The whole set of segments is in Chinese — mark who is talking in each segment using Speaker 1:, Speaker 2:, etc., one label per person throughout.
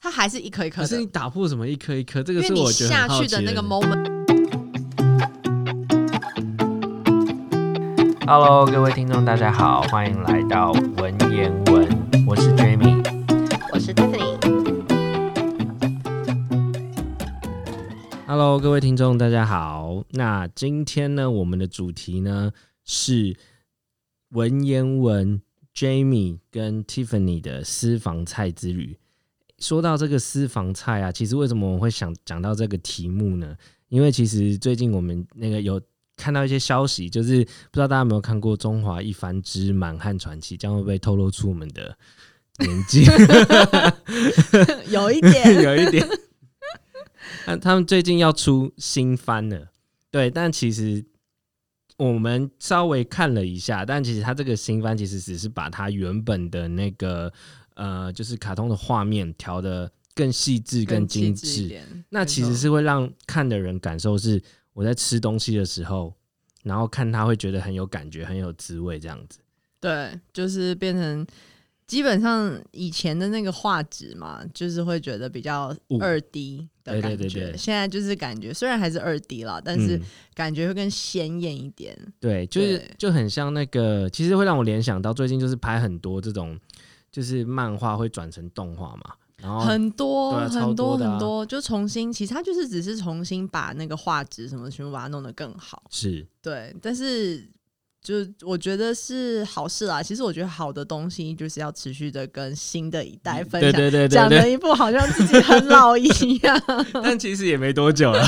Speaker 1: 它还是一颗一颗
Speaker 2: 可
Speaker 1: 的。
Speaker 2: 是你打破什么一颗一颗，这
Speaker 1: 因
Speaker 2: 个
Speaker 1: 为
Speaker 2: 是
Speaker 1: 你
Speaker 2: 我觉得
Speaker 1: 下
Speaker 2: 很好
Speaker 1: 去
Speaker 2: 奇
Speaker 1: 的那个
Speaker 2: 点
Speaker 1: moment，
Speaker 3: Hello，各位听众，大家好，欢迎来到文言文，我是 Jamie。
Speaker 1: 我是 Tiffany。
Speaker 2: Hello，各位听众，大家好。那今天呢，我们的主题呢是文言文 Jamie 跟 Tiffany 的私房菜之旅。说到这个私房菜啊，其实为什么我会想讲到这个题目呢？因为其实最近我们那个有看到一些消息，就是不知道大家有没有看过《中华一番之满汉传奇》，这样会不会透露出我们的年 纪？
Speaker 1: 有一点，
Speaker 2: 有一点。 那他们最近要出新番了，对，但其实我们稍微看了一下，但其实它这个新番其实只是把它原本的那个呃，就是卡通的画面调的更细致、更精
Speaker 1: 细致一
Speaker 2: 致。
Speaker 1: 点。
Speaker 2: 那其实
Speaker 1: 没错
Speaker 2: 是会让看的人感受是我在吃东西的时候，然后看他会觉得很有感觉、很有滋味这样子。
Speaker 1: 对，就是变成基本上以前的那个画质嘛，就是会觉得比较
Speaker 2: 雾
Speaker 1: 二 D 的
Speaker 2: 对对
Speaker 1: 感觉。
Speaker 2: 对对
Speaker 1: 现在就是感觉虽然还是二 D 啦，但是
Speaker 2: 嗯
Speaker 1: 感觉会更鲜艳一点。
Speaker 2: 对，就是
Speaker 1: 对
Speaker 2: 就很像那个，其实会让我联想到最近就是拍很多这种，就是漫画会转成动画嘛，然后
Speaker 1: 很多、
Speaker 2: 对啊超
Speaker 1: 很
Speaker 2: 多的啊
Speaker 1: 很多，就重新，其实它就是只是重新把那个画质什么全部把它弄得更好。
Speaker 2: 是
Speaker 1: 对，但是就我觉得是好事啦。其实我觉得好的东西就是要持续的跟新的一代分
Speaker 2: 嗯对
Speaker 1: 享。
Speaker 2: 对对对
Speaker 1: 讲的
Speaker 2: 对，
Speaker 1: 一副好像自己很老一样，
Speaker 2: 但其实也没多久了，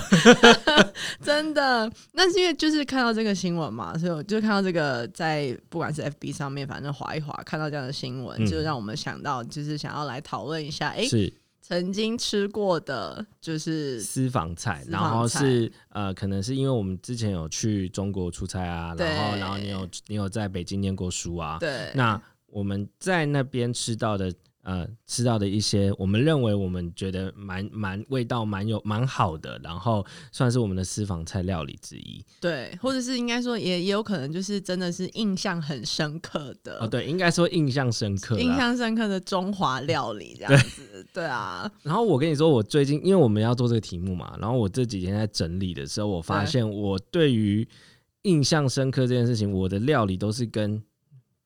Speaker 1: 真的。那是因为就是看到这个新闻嘛，所以我就看到这个在不管是 FB 上面，反正划一划，看到这样的新闻，
Speaker 2: 嗯
Speaker 1: 就让我们想到就是想要来讨论一下， 哎、
Speaker 2: 是
Speaker 1: 曾经吃过的，就是
Speaker 2: 私房菜，
Speaker 1: 私
Speaker 2: 然
Speaker 1: 房
Speaker 2: 后
Speaker 1: 菜
Speaker 2: 是呃，可能是因为我们之前有去中国出差啊，然后
Speaker 1: 对
Speaker 2: 然后你有你有在北京念过书啊，
Speaker 1: 对，
Speaker 2: 那我们在那边吃到的，呃，吃到的一些我们认为我们觉得蛮蛮味道蛮有蛮好的，然后算是我们的私房菜料理之一。
Speaker 1: 对，或者是应该说也也有可能就是真的是印象很深刻的，
Speaker 2: 哦，对，应该说印象深刻啦。
Speaker 1: 印象深刻的中华料理这样子，对啊，
Speaker 2: 然后我跟你说，我最近因为我们要做这个题目嘛，然后我这几天在整理的时候，我发现我对于印象深刻这件事情，我的料理都是跟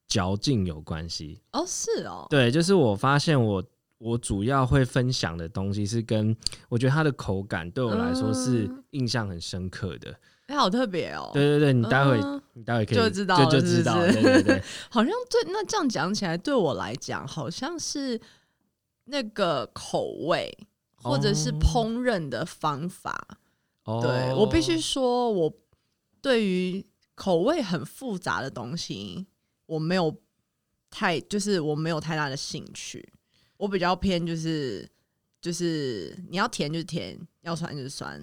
Speaker 2: 嚼劲有关系。
Speaker 1: 哦是哦，
Speaker 2: 对，就是我发现我我主要会分享的东西是跟我觉得它的口感对我来说是
Speaker 1: 嗯
Speaker 2: 印象很深刻的。
Speaker 1: 哎、好特别哦，
Speaker 2: 对对对，你待会、
Speaker 1: 嗯
Speaker 2: 你待会可以
Speaker 1: 就知道
Speaker 2: 就
Speaker 1: 了
Speaker 2: 就
Speaker 1: 不
Speaker 2: 是知道了，
Speaker 1: 是
Speaker 2: 对对对，
Speaker 1: 好像对，那这样讲起来，对我来讲好像是那个口味。或者是
Speaker 2: 哦
Speaker 1: 烹饪的方法，
Speaker 2: 哦
Speaker 1: 对我必须说，我对于口味很复杂的东西，我没有太就是我没有太大的兴趣。我比较偏就是就是你要甜就是甜，要酸就是酸，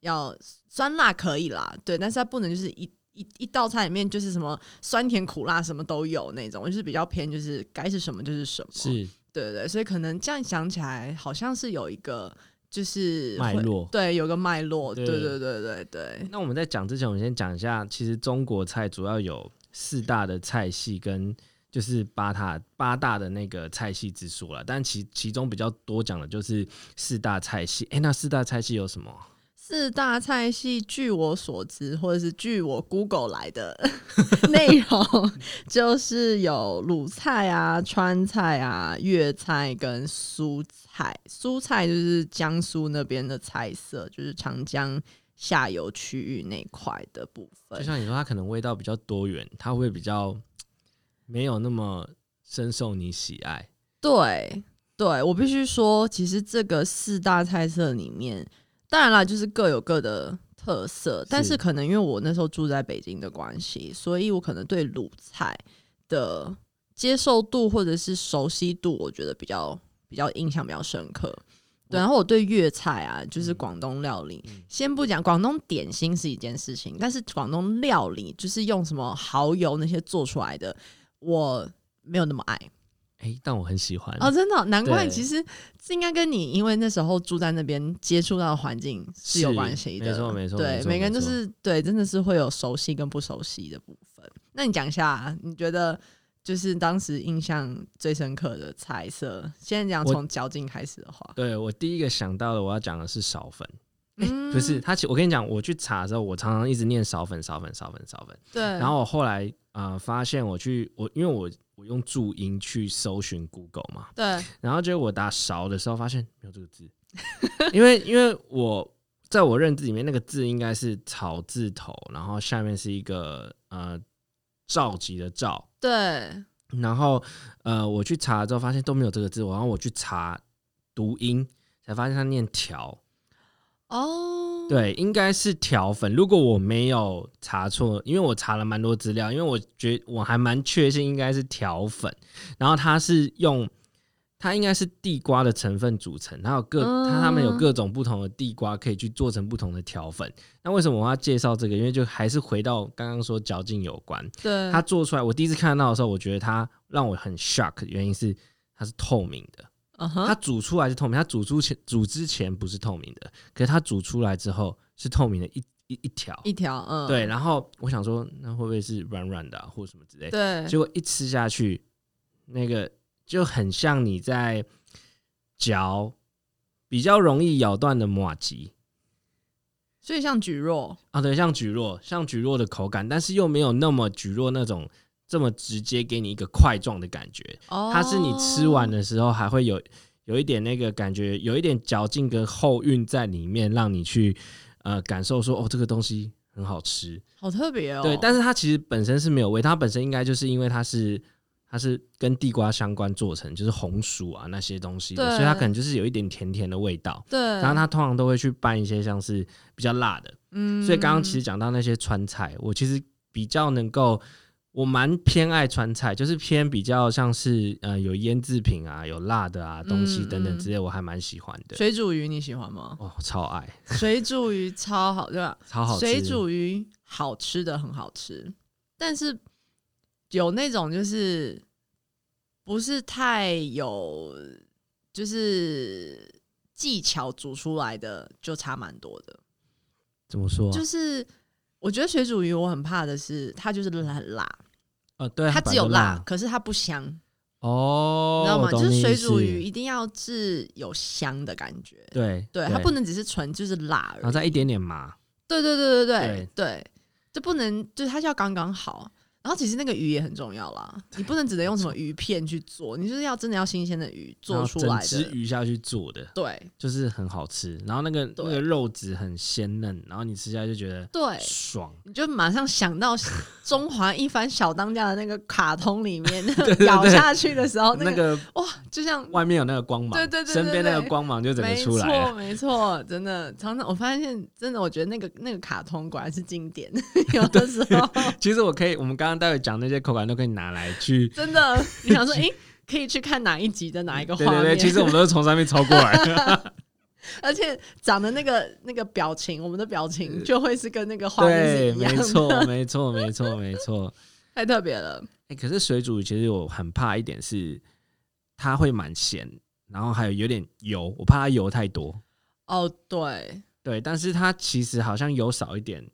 Speaker 1: 要酸辣可以啦，对，但是它不能就是一。一一道菜里面就是什么酸甜苦辣什么都有那种，我就是比较偏就是该是什么就是什么，
Speaker 2: 是
Speaker 1: 对对对，所以可能这样想起来，好像是有一个就是
Speaker 2: 脉
Speaker 1: 会
Speaker 2: 络
Speaker 1: 对，有个脉络，
Speaker 2: 对
Speaker 1: 对对对对对，
Speaker 2: 那我们在讲之前，我们先讲一下，其实中国菜主要有四大的菜系跟就是八大八大的那个菜系之说了，但其其中比较多讲的就是四大菜系。哎、那四大菜系有什么？
Speaker 1: 四大菜系，据我所知，或者是据我 Google 来的 内容，就是有鲁菜啊、川菜啊、粤菜跟苏菜。苏菜就是江苏那边的菜色，就是长江下游区域那块的部
Speaker 2: 就
Speaker 1: 分。
Speaker 2: 像你说，它可能味道比较多元，它会比较没有那么深受你喜爱。
Speaker 1: 对，对我必须说，其实这个四大菜色里面，当然啦，就是各有各的特色，但
Speaker 2: 是
Speaker 1: 是可能因为我那时候住在北京的关系，所以我可能对鲁菜的接受度或者是熟悉度，我觉得比较比较印象比较深刻。对，然后我对粤菜啊，就是广东料理，先不讲广东点心是一件事情，但是广东料理就是用什么蚝油那些做出来的，我没有那么爱。
Speaker 2: 哎、但我很喜欢。
Speaker 1: 哦，真的哦、难怪
Speaker 2: 对
Speaker 1: 其实这应该跟你因为那时候住在那边接触到的环境是有关系的，
Speaker 2: 是没错没错没
Speaker 1: 对，
Speaker 2: 错
Speaker 1: 每个人都
Speaker 2: 没错
Speaker 1: 啊是对，真的是会有熟悉跟不熟悉的部分。那你讲一下，你觉得就是当时印象最深刻的菜色。现在讲
Speaker 2: 我
Speaker 1: 从嚼劲开始的话，
Speaker 2: 对我第一个想到的，我要讲的是少粉，
Speaker 1: 嗯
Speaker 2: 不是它其。我跟你讲，我去查的时候，我常常一直念少粉、少粉、少粉、少粉。
Speaker 1: 对，
Speaker 2: 然后我后来呃发现，我去我因为我我用注音去搜寻 Google 嘛，
Speaker 1: 对
Speaker 2: 然后结果我打勺的时候发现没有这个字，因为因为我在我认知里面那个字应该是草字头，然后下面是一个呃召集的召，
Speaker 1: 对
Speaker 2: 然后呃我去查之后发现都没有这个字，然后我去查读音才发现它念条，
Speaker 1: 哦，
Speaker 2: 对，应该是条粉。如果我没有查错，因为我查了蛮多资料，因为我觉我还蛮确信应该是条粉。然后它是用，它应该是地瓜的成分组成，它有各、它他们有
Speaker 1: 嗯
Speaker 2: 各种不同的地瓜可以去做成不同的条粉。那为什么我要介绍这个？因为就还是回到刚刚说嚼劲有关，
Speaker 1: 对，
Speaker 2: 它做出来，我第一次看到的时候，我觉得它让我很 shock，原因是它是透明的。
Speaker 1: 嗯哼
Speaker 2: 它煮出来是透明，它煮出前煮之前不是透明的，可是它煮出来之后是透明的一一一条。
Speaker 1: 一条，嗯，
Speaker 2: 对，然后我想说，那会不会是软软的、啊、或什么之类的？
Speaker 1: 对，
Speaker 2: 结果一吃下去，那个就很像你在嚼比较容易咬断的马吉
Speaker 1: 所以像蒟蒻，
Speaker 2: 啊，对，像蒟蒻，像蒟蒻的口感，但是又没有那么蒟蒻那种这么直接给你一个块状的感觉。
Speaker 1: 哦，
Speaker 2: 它是你吃完的时候还会有有一点那个感觉，有一点嚼劲跟后韵在里面，让你去呃感受说哦，这个东西很好吃。
Speaker 1: 好特别哦，
Speaker 2: 对，但是它其实本身是没有味，它本身应该就是因为它是它是跟地瓜相关做成，就是红薯啊那些东西的，
Speaker 1: 对
Speaker 2: 所以它可能就是有一点甜甜的味道。
Speaker 1: 对，
Speaker 2: 然后它通常都会去拌一些像是比较辣的，
Speaker 1: 嗯，
Speaker 2: 所以刚刚其实讲到那些川菜，我其实比较能够，我蛮偏爱川菜，就是偏比较像是呃有腌制品啊、有辣的啊东西
Speaker 1: 嗯
Speaker 2: 等等
Speaker 1: 嗯
Speaker 2: 之类，我还蛮喜欢的。
Speaker 1: 水煮鱼你喜欢吗？
Speaker 2: 哦，超爱，
Speaker 1: 水煮鱼超好，对吧？
Speaker 2: 超好吃。
Speaker 1: 水煮鱼好吃的很好吃，但是有那种就是不是太有就是技巧煮出来的就差蛮多的。
Speaker 2: 怎么说啊？
Speaker 1: 就是我觉得水煮鱼我很怕的是它就是很辣，
Speaker 2: 呃，对，
Speaker 1: 它
Speaker 2: 本
Speaker 1: 只
Speaker 2: 来
Speaker 1: 有
Speaker 2: 就
Speaker 1: 辣，可是它不香，
Speaker 2: 哦，
Speaker 1: 你知道吗？
Speaker 2: 我
Speaker 1: 就
Speaker 2: 懂
Speaker 1: 是
Speaker 2: 你
Speaker 1: 水
Speaker 2: 意
Speaker 1: 煮
Speaker 2: 思
Speaker 1: 鱼一定要是有香的感觉。
Speaker 2: 对
Speaker 1: 对，它不，能只是纯就是辣而
Speaker 2: 然后
Speaker 1: 已。
Speaker 2: 再一点点麻。
Speaker 1: 对对对对对对，就不能就是它就要刚刚好。然后其实那个鱼也很重要啦，你不能只能用什么鱼片去做，你就是要真的要新鲜的鱼
Speaker 2: 然
Speaker 1: 做
Speaker 2: 后
Speaker 1: 出来
Speaker 2: 整
Speaker 1: 的
Speaker 2: 只。鱼下去做的，
Speaker 1: 对
Speaker 2: 就是很好吃。然后那个那
Speaker 1: 对
Speaker 2: 个肉质很鲜嫩，然后你吃下去就觉得
Speaker 1: 对，
Speaker 2: 爽。
Speaker 1: 你就马上想到《中华一番小当家》的那个卡通里 面，那个咬下去的时候，那
Speaker 2: 那
Speaker 1: 个
Speaker 2: 个
Speaker 1: 哇，就像
Speaker 2: 外面有那个光芒，
Speaker 1: 对对对对
Speaker 2: 身边那个
Speaker 1: 对
Speaker 2: 光芒就整个
Speaker 1: 没
Speaker 2: 出来
Speaker 1: 错
Speaker 2: 了。
Speaker 1: 没错，真的常常我发现，真的我觉得那个那个卡通果然是经典， 有的时 候
Speaker 2: 其实我可以，我们刚刚待会讲那些口感都可以拿来去。
Speaker 1: 真的，你想说，诶，可以去看哪一集的哪一个画
Speaker 2: 对
Speaker 1: 面？
Speaker 2: 对对，其实我们都是从上面抄 过来的。
Speaker 1: 而且长的那个那个表情，我们的表情就会是跟那个画面是
Speaker 2: 对，
Speaker 1: 一样
Speaker 2: 没
Speaker 1: 的，
Speaker 2: 错，没错，没错，没错。
Speaker 1: 太特别了。
Speaker 2: 哎、可是水煮鱼其实我很怕一点是，它会蛮咸，然后还有有点油，我怕它油太多。
Speaker 1: 哦，对，
Speaker 2: 对，但是它其实好像油少一点，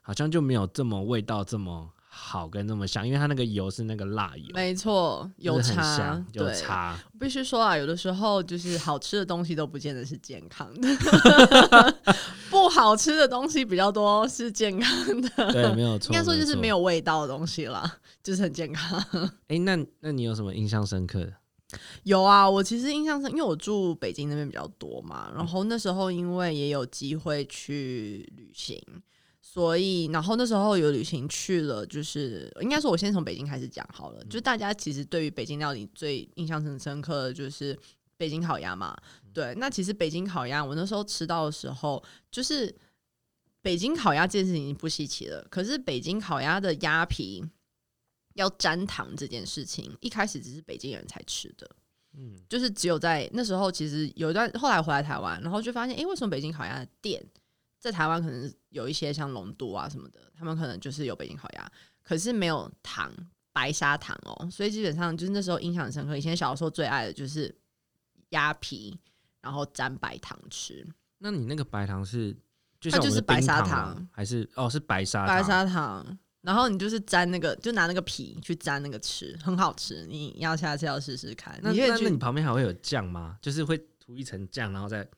Speaker 2: 好像就没有这么味道这么好跟那么香，因为它那个油是那个辣油，
Speaker 1: 没错，有
Speaker 2: 就是很
Speaker 1: 差
Speaker 2: 香，，有
Speaker 1: 对，
Speaker 2: 差。
Speaker 1: 必须说啊，有的时候就是好吃的东西都不见得是健康的， 不好吃的东西比较多是健康的。
Speaker 2: 对，没有错。
Speaker 1: 应该说就是
Speaker 2: 错
Speaker 1: 没有味道的东西啦，就是很健康。
Speaker 2: 哎、那那你有什么印象深刻的？
Speaker 1: 有啊，我其实印象深，因为我住北京那边比较多嘛，然后那时候因为也有机会去旅行，所以然后那时候有旅行去了，就是应该说我先从北京开始讲好了，就大家其实对于北京料理最印象很深刻的就是北京烤鸭嘛，对，那其实北京烤鸭我那时候吃到的时候，就是北京烤鸭这件事情已经不稀奇了，可是北京烤鸭的鸭皮。要沾糖这件事情，一开始只是北京人才吃的，
Speaker 2: 嗯，
Speaker 1: 就是只有在那时候，其实有一段后来回来台湾，然后就发现，诶，为什么北京烤鸭的店在台湾可能有一些像龙都啊什么的，他们可能就是有北京烤鸭，可是没有糖白砂糖哦，所以基本上就是那时候印象很深刻。以前小时候最爱的就是鸭皮，然后沾白糖吃，
Speaker 2: 那你那个白糖是，就
Speaker 1: 它就
Speaker 2: 像我们
Speaker 1: 是
Speaker 2: 的冰
Speaker 1: 白砂
Speaker 2: 糖吗
Speaker 1: 糖，
Speaker 2: 还是哦是白砂
Speaker 1: 白
Speaker 2: 糖？
Speaker 1: 砂糖然后你就是沾那个，就拿那个皮去沾那个吃，很好吃。你要下次要试试看，
Speaker 2: 那
Speaker 1: 你可
Speaker 2: 那
Speaker 1: 以
Speaker 2: 那你
Speaker 1: 去
Speaker 2: 旁边还会有酱吗？就是会涂一层酱，然后再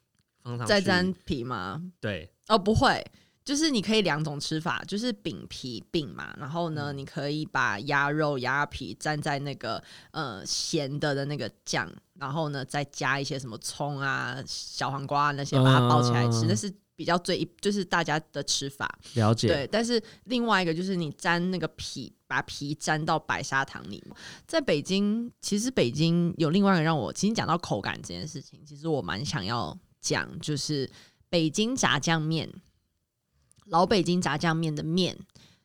Speaker 2: 放上去
Speaker 1: 再沾皮吗？
Speaker 2: 对，
Speaker 1: 哦，不会，就是你可以两种吃法，就是饼皮饼嘛，然后
Speaker 2: 嗯
Speaker 1: 呢，你可以把鸭肉、鸭皮蘸在那个呃咸的的那个酱，然后呢再加一些什么葱啊、小黄瓜啊那些，把它包起来吃，
Speaker 2: 嗯
Speaker 1: 那是比较最一就是大家的吃法。
Speaker 2: 了解。
Speaker 1: 对，但是另外一个就是你沾那个皮，把皮沾到白砂糖里。在北京，其实北京有另外一个让我，其实讲到口感这件事情，其实我蛮想要讲，就是北京炸酱面，老北京炸酱面的面，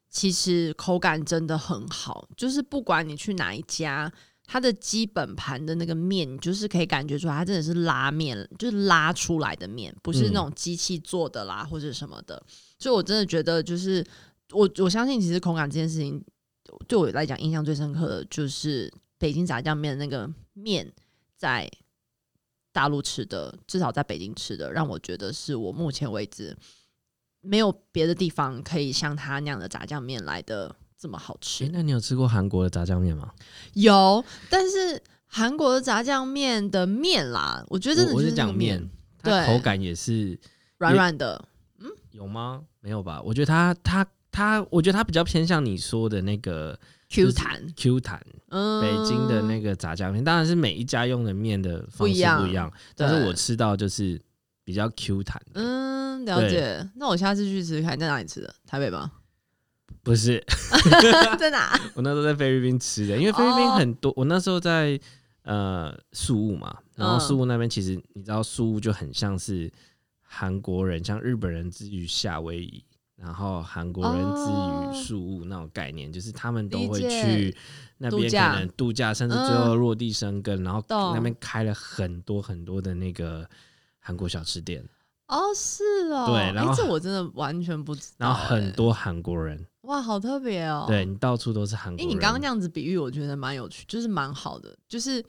Speaker 1: 其实口感真的很好，就是不管你去哪一家。它的基本盘的那个面，你就是可以感觉出来，它真的是拉面，就是拉出来的面，不是
Speaker 2: 嗯
Speaker 1: 那种机器做的啦，或者什么的。所以我真的觉得，就是我我相信，其实口感这件事情对我来讲印象最深刻的就是北京炸酱面的那个面，在大陆吃的，至少在北京吃的，让我觉得是我目前为止没有别的地方可以像它那样的炸酱面来的这么好吃
Speaker 2: 诶那你有吃过韩国的炸酱面吗？
Speaker 1: 有，但是韩国的炸酱面的面啦，我觉得真的
Speaker 2: 我
Speaker 1: 就
Speaker 2: 我是
Speaker 1: 那个
Speaker 2: 讲面，它
Speaker 1: 对
Speaker 2: 口感也是
Speaker 1: 软软的，
Speaker 2: 有吗？没有吧？我觉得它它它，我觉得它比较偏向你说的那个
Speaker 1: Q
Speaker 2: 就是
Speaker 1: 弹，
Speaker 2: Q 弹，
Speaker 1: 嗯，
Speaker 2: 北京的那个炸酱面，当然是每一家用的面的方
Speaker 1: 不一
Speaker 2: 式
Speaker 1: 样
Speaker 2: 不一样，但是
Speaker 1: 对
Speaker 2: 我吃到就是比较 Q 弹的，
Speaker 1: 嗯，了
Speaker 2: 对
Speaker 1: 解。那我下次去吃吃看，在哪里吃的？台北 吗？
Speaker 2: 不是
Speaker 1: 在哪？
Speaker 2: 我那时候在菲律宾吃的，因为菲律宾
Speaker 1: 哦
Speaker 2: 很多，我那时候在呃宿务嘛，然后
Speaker 1: 嗯
Speaker 2: 宿务那边其实你知道宿务就很像是韩国人，像日本人之于夏威夷。然后韩国人
Speaker 1: 哦
Speaker 2: 之于宿务那种概念，就是他们都
Speaker 1: 理
Speaker 2: 会
Speaker 1: 解
Speaker 2: 去那
Speaker 1: 度
Speaker 2: 边可
Speaker 1: 假嗯
Speaker 2: 能度假，甚至最后落地生根，然后
Speaker 1: 懂
Speaker 2: 那边开了很多很多的那个韩国小吃店。
Speaker 1: 哦，是哦。
Speaker 2: 对然
Speaker 1: 哎
Speaker 2: 后
Speaker 1: 这我真的完全不知道、
Speaker 2: 然后很
Speaker 1: 哎
Speaker 2: 多韩国人，
Speaker 1: 哇，好特别哦。
Speaker 2: 对你到处都是韩国
Speaker 1: 哎，
Speaker 2: 人。
Speaker 1: 你刚刚那样子比喻，我觉得蛮有趣，就是蛮好的，就是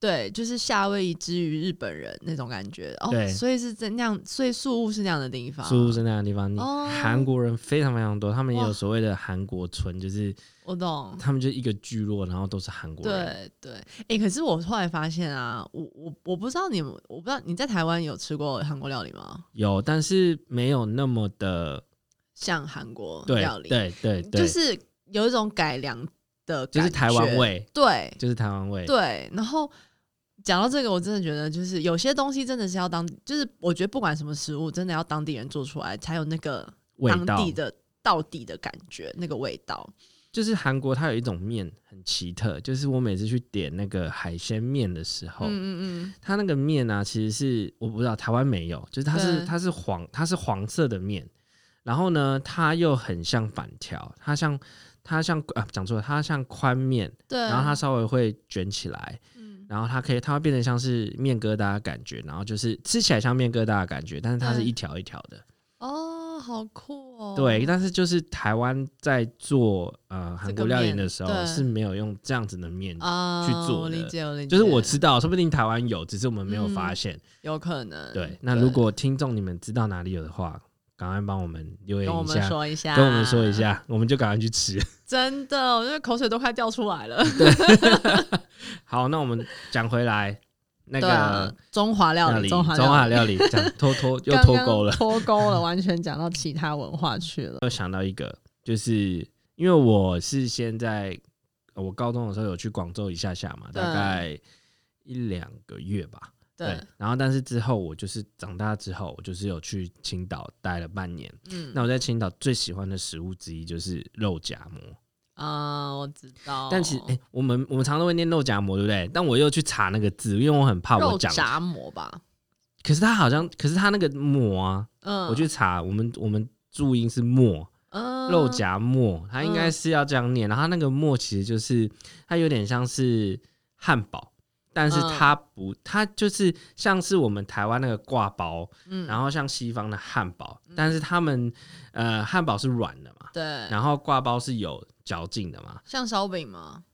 Speaker 1: 对，就是夏威夷之于日本人那种感觉哦
Speaker 2: 对。
Speaker 1: 所以是这那样，所以宿务是那样的地方。
Speaker 2: 苏是那样的地方，你
Speaker 1: 哦
Speaker 2: 韩国人非常非常多，他们也有
Speaker 1: 哇
Speaker 2: 所谓的韩国村，就是
Speaker 1: 我懂。
Speaker 2: 他们就一个聚落，然后都是韩国人。
Speaker 1: 对对，哎、可是我后来发现啊，我我我不知道你们，我不知道你在台湾有吃过韩国料理吗？
Speaker 2: 有，但是没有那么的
Speaker 1: 像韩国
Speaker 2: 对
Speaker 1: 料理，
Speaker 2: 对对对，
Speaker 1: 就是有一种改良的，
Speaker 2: 就是台湾，味，
Speaker 1: 对
Speaker 2: 就是台湾味。
Speaker 1: 对。然后讲到这个，我真的觉得就是有些东西真的是要当，就是我觉得不管什么食物，真的要当地人做出来，才有那个
Speaker 2: 味
Speaker 1: 当
Speaker 2: 道
Speaker 1: 地的到底的感觉，那个味道。
Speaker 2: 就是韩国，它有一种面很奇特，就是我每次去点那个海鲜面的时候，
Speaker 1: 嗯嗯
Speaker 2: 它那个面啊，其实是我不知道台湾没有，就是它是
Speaker 1: 对
Speaker 2: 它是黄它是黄色的面，然后呢，它又很像板条，它像它像啊讲错了，它像宽面，
Speaker 1: 嗯，对。
Speaker 2: 然后它稍微会卷起来，
Speaker 1: 嗯，
Speaker 2: 然后它可以它会变成像是面疙瘩的感觉，然后就是吃起来像面疙瘩的感觉，但是它是
Speaker 1: 对
Speaker 2: 一条一条的，
Speaker 1: 哦，好酷嗯哦。
Speaker 2: 对，但是就是台湾在做呃韩
Speaker 1: 这
Speaker 2: 国
Speaker 1: 个
Speaker 2: 料理
Speaker 1: 面
Speaker 2: 的时候
Speaker 1: 对
Speaker 2: 是没有用这样子的面 的。
Speaker 1: 啊，
Speaker 2: 去做
Speaker 1: 我理
Speaker 2: 的
Speaker 1: 解，我理解，
Speaker 2: 就是我知道，说不定台湾有，只是我们没有发
Speaker 1: 嗯
Speaker 2: 现。
Speaker 1: 有可能。
Speaker 2: 对，那如果听众你们知道哪里有的话，赶快帮我们留言
Speaker 1: 跟我
Speaker 2: 一
Speaker 1: 们
Speaker 2: 下，
Speaker 1: 说一下，
Speaker 2: 跟我们说一，下，我们就赶快去吃。
Speaker 1: 真的，我觉得口水都快掉出来了。
Speaker 2: 好，那我们讲回来那
Speaker 1: 对啊
Speaker 2: 个，
Speaker 1: 中华料
Speaker 2: 料
Speaker 1: 理，
Speaker 2: 中
Speaker 1: 华
Speaker 2: 华
Speaker 1: 料理
Speaker 2: 料理，讲 脱脱又
Speaker 1: 刚
Speaker 2: 脱
Speaker 1: 刚
Speaker 2: 钩了。
Speaker 1: 脱钩了，完全讲到其他文化去了。
Speaker 2: 又想到一个，就是因为我是先在呃我高中的时候有去广州一下下嘛，
Speaker 1: 对
Speaker 2: 大概一两个月吧。
Speaker 1: 嗯对，
Speaker 2: 然后但是之后我就是长大之后，我就是有去青岛待了半年。
Speaker 1: 嗯，
Speaker 2: 那我在青岛最喜欢的食物之一就是肉夹馍。
Speaker 1: 啊，我知道。
Speaker 2: 但其实，哎、我们我们常常会念肉夹馍，对不对？但我又去查那个字，因为我很怕我
Speaker 1: 肉
Speaker 2: 讲。
Speaker 1: 夹馍吧，
Speaker 2: 可是它好像，可是它那个馍啊，
Speaker 1: 嗯，
Speaker 2: 我去查，我们我们注音是馍，
Speaker 1: 嗯
Speaker 2: 肉夹馍，它应该是要这样念。然后它那个馍其实就是，它有点像是汉堡，但是
Speaker 1: 嗯
Speaker 2: 它不，它就是像是我们台湾那个挂包，
Speaker 1: 嗯
Speaker 2: 然后像西方的汉堡，但是他们呃汉堡是软的嘛，
Speaker 1: 对，
Speaker 2: 然后挂包是有嚼劲的嘛。
Speaker 1: 像烧饼吗？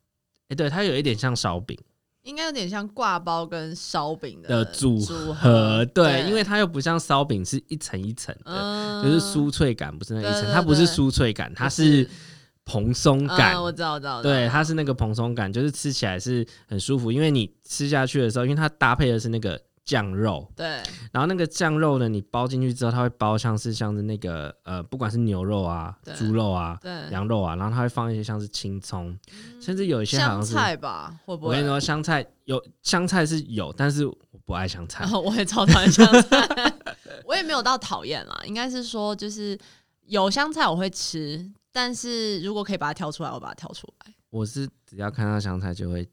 Speaker 2: 哎、对，它有一点像烧饼。
Speaker 1: 应该有点像挂包跟烧饼
Speaker 2: 的
Speaker 1: 组
Speaker 2: 组
Speaker 1: 合
Speaker 2: 和，对，因为它又不像烧饼是一层一层的，
Speaker 1: 嗯，
Speaker 2: 就是酥脆感不是那一
Speaker 1: 对
Speaker 2: 层，
Speaker 1: 对
Speaker 2: 它不是
Speaker 1: 对
Speaker 2: 酥脆感，它
Speaker 1: 不是
Speaker 2: 是蓬松感。
Speaker 1: 嗯，我知道，我知道，我知道
Speaker 2: 对，它是那个蓬松感，就是吃起来是很舒服，因为你吃下去的时候，因为它搭配的是那个酱肉，
Speaker 1: 对，
Speaker 2: 然后那个酱肉呢，你包进去之后，它会包像是像是那个呃，不管是牛肉啊
Speaker 1: 对、
Speaker 2: 猪肉啊、
Speaker 1: 对，嗯
Speaker 2: 羊肉啊，然后它会放一些像是青葱，甚至有一些好
Speaker 1: 香
Speaker 2: 像是
Speaker 1: 菜吧，会不
Speaker 2: 我
Speaker 1: 会
Speaker 2: 跟你？说，香菜有香菜是有，但是我不爱香菜
Speaker 1: 然。后我也超讨厌香菜，我也没有到讨厌啦，应该是说就是有香菜我会吃，但是如果可以把它挑出来，我把它挑出来，
Speaker 2: 我是只要看到香菜就会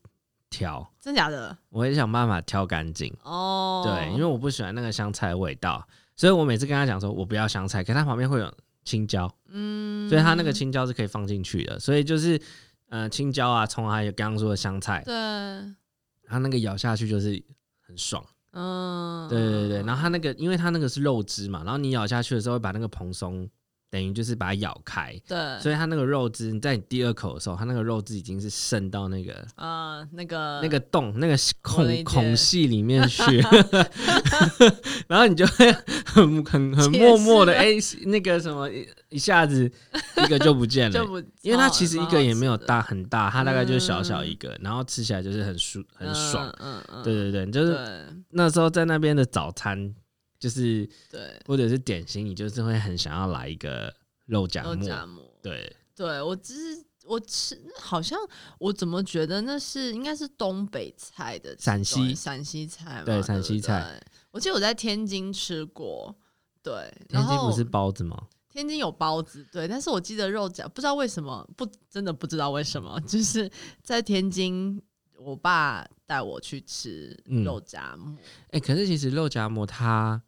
Speaker 2: 挑，
Speaker 1: 真假的？
Speaker 2: 我会想办法挑干净。
Speaker 1: 哦，
Speaker 2: 对，因为我不喜欢那个香菜的味道，所以我每次跟他讲说我不要香菜，可它旁边会有青椒，
Speaker 1: 嗯，
Speaker 2: 所以它那个青椒是可以放进去的。所以就是呃，青椒啊、葱啊还有刚刚说的香菜，
Speaker 1: 对，
Speaker 2: 它那个咬下去就是很爽。
Speaker 1: 嗯，
Speaker 2: 对对对，然后它那个因为它那个是肉汁嘛，然后你咬下去的时候会把那个蓬松，等于就是把它咬开。
Speaker 1: 对，
Speaker 2: 所以它那个肉汁，在你第二口的时候，它那个肉汁已经是渗到那个、
Speaker 1: 呃，那个
Speaker 2: 那个洞、那个
Speaker 1: 我理解
Speaker 2: 孔孔隙里面 去， 然后你就会很 很很
Speaker 1: 解
Speaker 2: 默默的
Speaker 1: 释
Speaker 2: 哎、那个什么一一下子一个就不见 了
Speaker 1: 就。不，啊
Speaker 2: 因为它其实一个也没有
Speaker 1: 蛮好
Speaker 2: 大很大，它大概就是小小一个，然后吃起来就是很舒很爽。
Speaker 1: 吃的，嗯嗯，嗯
Speaker 2: 对对对，就是
Speaker 1: 对
Speaker 2: 那时候在那边的早餐，就是
Speaker 1: 对，
Speaker 2: 或者是点心，你就是会很想要来一个肉夹
Speaker 1: 肉
Speaker 2: 馍。
Speaker 1: 夹馍，
Speaker 2: 对，
Speaker 1: 对我只是我吃，好像我怎么觉得那是应该是东北菜的
Speaker 2: 陕
Speaker 1: 其中
Speaker 2: 西
Speaker 1: 陕西菜嘛，
Speaker 2: 对
Speaker 1: 对，
Speaker 2: 陕西菜。
Speaker 1: 我记得我在天津吃过，对，然
Speaker 2: 天津
Speaker 1: 后
Speaker 2: 不是包子吗？
Speaker 1: 天津有包子，对，但是我记得肉夹不知道为什么不真的不知道为什
Speaker 2: 嗯
Speaker 1: 么，就是在天津，我爸带我去吃
Speaker 2: 嗯
Speaker 1: 肉夹馍，
Speaker 2: 哎、可是其实肉夹馍它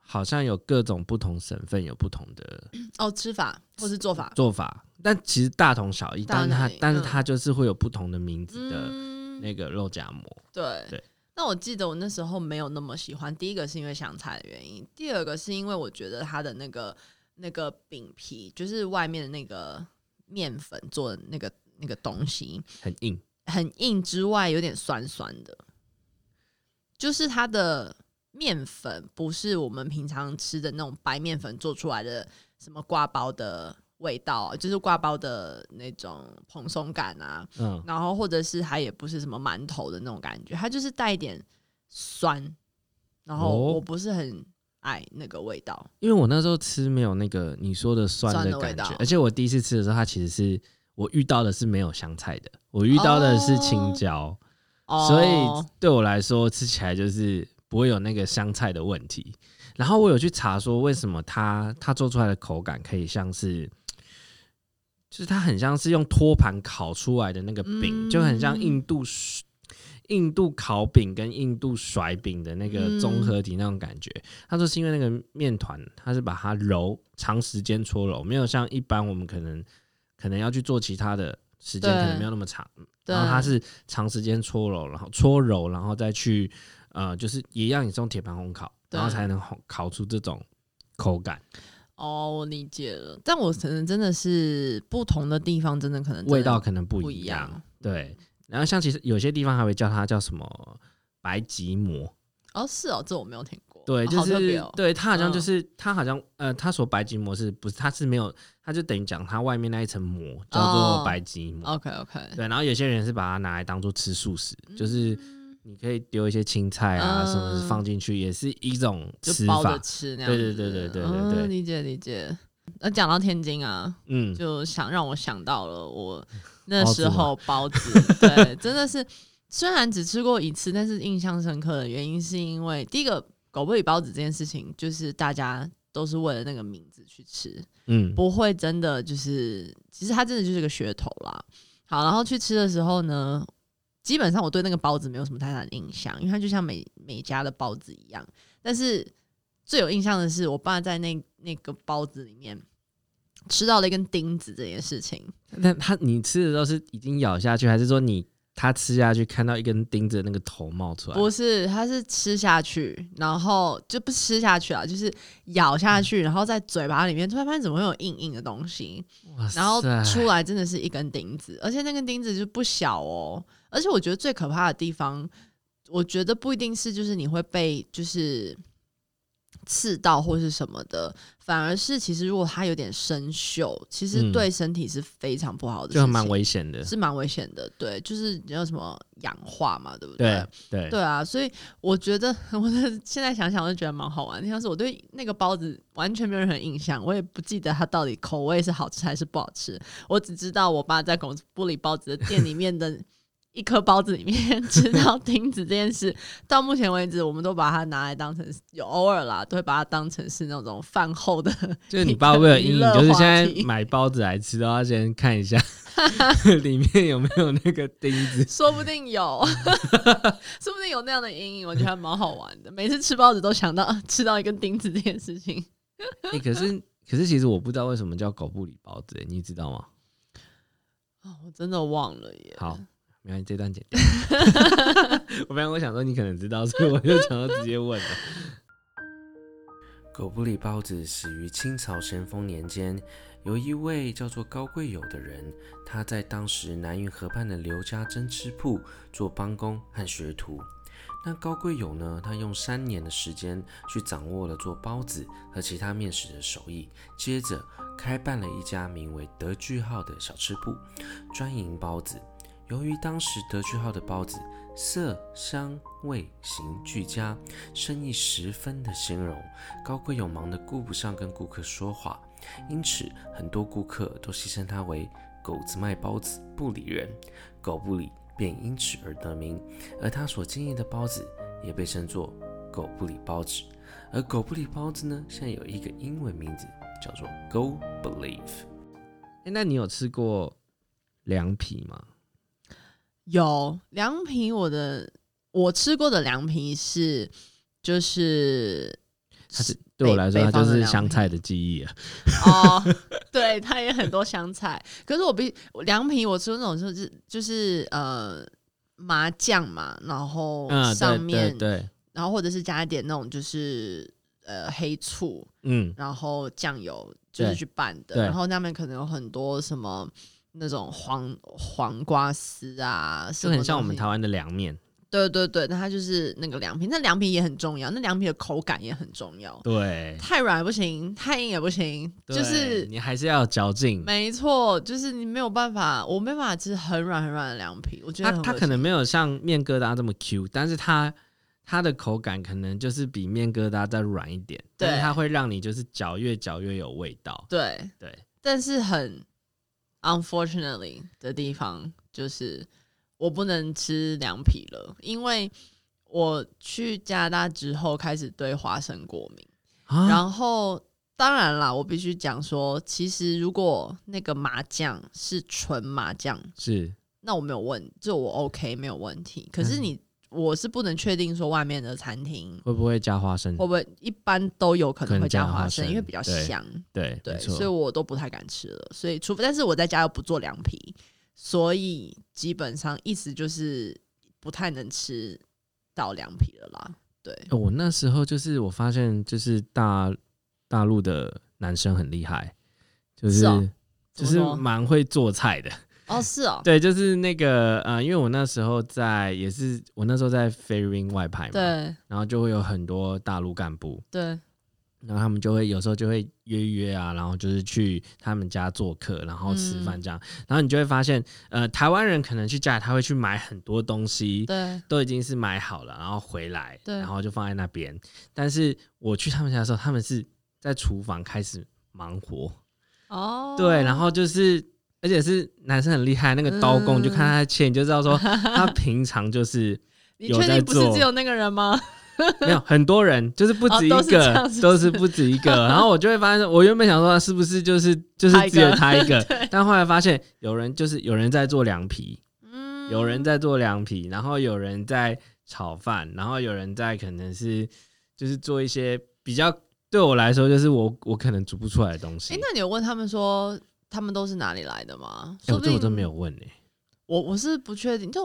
Speaker 2: 好像有各种不同省份有不同的
Speaker 1: 哦，吃法 或是做法，
Speaker 2: 做法，但其实大同小异，
Speaker 1: 大
Speaker 2: 但
Speaker 1: 同
Speaker 2: 是它
Speaker 1: 小异
Speaker 2: 但是
Speaker 1: 嗯
Speaker 2: 它就是会有不同的名字的
Speaker 1: 嗯，
Speaker 2: 那个肉夹馍。
Speaker 1: 对
Speaker 2: 对
Speaker 1: 那我记得我那时候没有那么喜欢，第一个是因为香菜的原因，第二个是因为我觉得它的那个那个饼皮，就是外面的那个面粉做的那个那个东西
Speaker 2: 很硬，
Speaker 1: 很硬之外，有点酸酸的，就是它的面粉不是我们平常吃的那种白面粉做出来的什么挂包的味道啊，就是挂包的那种蓬松感啊，
Speaker 2: 嗯，
Speaker 1: 然后或者是它也不是什么馒头的那种感觉，它就是带一点酸，然后
Speaker 2: 哦
Speaker 1: 我不是很爱那个味道。
Speaker 2: 因为我那时候吃没有那个你说的酸
Speaker 1: 酸的味
Speaker 2: 感觉
Speaker 1: 道，
Speaker 2: 而且我第一次吃的时候，它其实是我遇到的是没有香菜的，我遇到的是青椒，
Speaker 1: 哦，
Speaker 2: 所以对我来说吃起来就是不会有那个香菜的问题。然后我有去查说为什么它它做出来的口感可以像是，就是它很像是用托盘烤出来的那个饼，
Speaker 1: 嗯
Speaker 2: 就很像印度水印度烤饼跟印度甩饼的那
Speaker 1: 嗯
Speaker 2: 个综合体那种感觉。他说是因为那个面团，它是把它揉长时间搓揉，没有像一般我们可能可能要去做其他的时间
Speaker 1: 对
Speaker 2: 可能没有那么长，
Speaker 1: 对
Speaker 2: 然后它是长时间搓揉，然后搓揉，然后再去呃，就是一样也是用铁盘烘烤，
Speaker 1: 对
Speaker 2: 然后才能烘烤出这种口感
Speaker 1: 哦，我理解了，但我可能真的是不同的地方，真的可能真的
Speaker 2: 味道可能不
Speaker 1: 不
Speaker 2: 一
Speaker 1: 一
Speaker 2: 样。
Speaker 1: 样。
Speaker 2: 对，然后像其实有些地方还会叫它叫什么白吉馍，
Speaker 1: 哦，是哦，这我没有听过。
Speaker 2: 对，
Speaker 1: 哦
Speaker 2: 就
Speaker 1: 好特
Speaker 2: 是、
Speaker 1: 别哦
Speaker 2: 对它好像
Speaker 1: 嗯
Speaker 2: 就是、它好像呃，它所白吉馍是不是它是没有，它就等于讲它外面那一层膜叫做
Speaker 1: 哦
Speaker 2: 白吉馍。
Speaker 1: OK OK，
Speaker 2: 对，然后有些人是把它拿来当做吃素食，就是你可以丢一些青菜啊、
Speaker 1: 嗯
Speaker 2: 什么的放进去，也是一种
Speaker 1: 就
Speaker 2: 吃
Speaker 1: 包着
Speaker 2: 法。
Speaker 1: 吃那样子。
Speaker 2: 对对对对对对对
Speaker 1: 嗯理解理解。那讲到天津啊，
Speaker 2: 嗯，
Speaker 1: 就想让我想到了我那
Speaker 2: 包子
Speaker 1: 时候包子， 对，真的是虽然只吃过一次，但是印象深刻的原因是因为第一个狗不理包子这件事情，就是大家都是为了那个名字去吃，
Speaker 2: 嗯，
Speaker 1: 不会真的就是其实它真的就是个噱头啦。好，然后去吃的时候呢，基本上我对那个包子没有什么太大的印象，因为它就像每每家的包子一样。但是最有印象的是，我爸在那那个包子里面吃到了一根钉子这件事情。
Speaker 2: 那它你吃的时候是已经咬下去，还是说你它吃下去看到一根钉子的那个头冒出来？
Speaker 1: 不是，它是吃下去，然后就不是吃下去啊，就是咬下去，然后在嘴巴里面突然发现怎么会有硬硬的东西，
Speaker 2: 哇塞，
Speaker 1: 然后出来真的是一根钉子，而且那根钉子就不小哦。而且我觉得最可怕的地方，我觉得不一定是就是你会被就是刺到或是什么的，反而是其实如果它有点生锈，其实
Speaker 2: 嗯
Speaker 1: 对身体是非常不好的事
Speaker 2: 就
Speaker 1: 情，
Speaker 2: 蛮危险的。
Speaker 1: 是蛮危险的。对，就是叫什么氧化嘛，对不
Speaker 2: 对对
Speaker 1: 对啊，所以我觉得， 我的现在想想，我就觉得蛮好玩的。像是我对那个包子完全没有任何印象，我也不记得它到底口味是好吃还是不好吃。我只知道我爸在巩布里包子的店里面的一颗包子里面吃到钉子这件事，到目前为止，我们都把它拿来当成有偶尔啦，都会把它当成是那种饭后的
Speaker 2: 就是你爸为了阴影，就是现
Speaker 1: 娱
Speaker 2: 在
Speaker 1: 乐话题
Speaker 2: 买包子来吃都要先看一下 里面有没有那个钉子。
Speaker 1: 说不定有， 说不定有那样的阴影，我觉得还蛮好玩的。每次吃包子都想到啊吃到一根钉子这件事情。
Speaker 2: 哎、可是可是其实我不知道为什么叫狗不理包子、你知道吗？
Speaker 1: 哦，我真的忘了耶。
Speaker 2: 好，没关系，这段剪掉。 我本来我想说你可能知道，所以我就想要直接问了。
Speaker 3: 狗不理包子始于清朝咸丰年间，由一位叫做高贵友的人，他在当时南运河畔的刘家针织铺做帮工和学徒。那高贵友呢，他用三年的时间去掌握了做包子和其他面食的手艺，接着开办了一家名为“德聚号”的小吃铺，专营包子。由于当时“德聚号”的包子色香味形俱佳，生意十分的兴隆。高贵友忙得顾不上跟顾客说话，因此很多顾客都戏称他为“狗子卖包子不理人”，狗不理便因此而得名。而他所经营的包子也被称作“狗不理包子”，而“狗不理包子”呢，现在有一个英文名字叫做 “Go Believe”。
Speaker 2: 哎、那你有吃过凉皮吗？
Speaker 1: 有凉皮，我的我吃过的凉皮是就是
Speaker 2: 它是对我来说，
Speaker 1: 北
Speaker 2: 它就
Speaker 1: 方的
Speaker 2: 是
Speaker 1: 凉
Speaker 2: 香菜
Speaker 1: 皮
Speaker 2: 的记忆啊。
Speaker 1: 哦，对，它也很多香菜。可是我比凉皮，我吃过那种就是就是呃麻酱嘛，然后
Speaker 2: 嗯，
Speaker 1: 哦上
Speaker 2: 对
Speaker 1: 面、
Speaker 2: 对对，
Speaker 1: 然后或者是加一点那种就是呃黑醋，
Speaker 2: 嗯，
Speaker 1: 然后酱油就是
Speaker 2: 对
Speaker 1: 去拌的，
Speaker 2: 对
Speaker 1: 然后那边可能有很多什么。那种黄黄瓜丝啊，
Speaker 2: 就很像我
Speaker 1: 什么东
Speaker 2: 们
Speaker 1: 西
Speaker 2: 台湾的凉面。
Speaker 1: 对对对，那它就是那个凉皮，那凉皮也很重要，那凉皮的口感也很重要，
Speaker 2: 对，
Speaker 1: 太软也不行，太硬也不行，就
Speaker 2: 对
Speaker 1: 是
Speaker 2: 你还是要有嚼劲。
Speaker 1: 没错，就是你没有办法，我没办法吃很软很软的凉皮，我觉
Speaker 2: 它
Speaker 1: 得很
Speaker 2: 它
Speaker 1: 恶
Speaker 2: 可能
Speaker 1: 心
Speaker 2: 没有像面疙瘩这么 Q，但是它它的口感可能就是比面疙瘩再软一点，
Speaker 1: 对
Speaker 2: 但是它会让你就是嚼越嚼越有味道。
Speaker 1: 对，
Speaker 2: 对，
Speaker 1: 但是很 unfortunately 的地方就是我不能吃凉皮了，因为我去加拿大之后开始对花生过敏。
Speaker 2: 啊，
Speaker 1: 然后当然啦，我必须讲说，其实如果那个麻酱是纯麻酱，
Speaker 2: 是
Speaker 1: 那我没有问，就我 OK 没有问题。可是你，我是不能确定说外面的餐厅
Speaker 2: 会不会加花生
Speaker 1: 会？不会一般都有可
Speaker 2: 可
Speaker 1: 能
Speaker 2: 能
Speaker 1: 会加
Speaker 2: 加花
Speaker 1: 花生，
Speaker 2: 生
Speaker 1: 因为比较
Speaker 2: 对
Speaker 1: 香，
Speaker 2: 对，
Speaker 1: 对，
Speaker 2: 没
Speaker 1: 所以
Speaker 2: 错。
Speaker 1: 我都不太敢吃了。所以，除非但是我在家又不做凉皮，所以基本上意思就是不太能吃到凉皮了啦。对，
Speaker 2: 呃我那时候就是我发现，就是大大陆的男生很厉害，就是
Speaker 1: 是哦怎
Speaker 2: 就
Speaker 1: 么
Speaker 2: 是
Speaker 1: 说
Speaker 2: 蛮会做菜的。
Speaker 1: 哦，是哦，
Speaker 2: 对，就是那个呃，因为我那时候在也是我那时候在菲律宾外派嘛，
Speaker 1: 对
Speaker 2: 然后就会有很多大陆干部，
Speaker 1: 对，
Speaker 2: 然后他们就会有时候就会约一约啊，然后就是去他们家做客，然后吃
Speaker 1: 嗯
Speaker 2: 饭这样。然后你就会发现，呃，台湾人可能去家里他会去买很多东西，
Speaker 1: 对
Speaker 2: 都已经是买好了，然后回来，
Speaker 1: 对
Speaker 2: 然后就放在那边。但是我去他们家的时候，他们是在厨房开始忙活，
Speaker 1: 哦，
Speaker 2: 对，然后就是。而且是男生很厉害，那个刀工、
Speaker 1: 嗯
Speaker 2: 就看他的切，你就知 道说他平常就是
Speaker 1: 你
Speaker 2: 有
Speaker 1: 确
Speaker 2: 在
Speaker 1: 定不是
Speaker 2: 做
Speaker 1: 只有那个人吗？
Speaker 2: 没有很多人，就是不止一
Speaker 1: 哦都是这
Speaker 2: 个，
Speaker 1: 样是不是
Speaker 2: 都是不 止一个。然后我就会发现，我原本想说是不是就是就是只有他 一个，但后来发现有人就是有人在做凉皮，
Speaker 1: 嗯
Speaker 2: 有人在做凉皮，然后有人在炒饭，然后有人在可能是就是做一些比较对我来说就是我我可能煮不出来的东西。
Speaker 1: 哎、那你有问他们说他们都是哪里来的吗？
Speaker 2: 哎
Speaker 1: 说
Speaker 2: 我
Speaker 1: 不
Speaker 2: 这
Speaker 1: 定
Speaker 2: 我真没有，问哎、
Speaker 1: 我我是不确定。就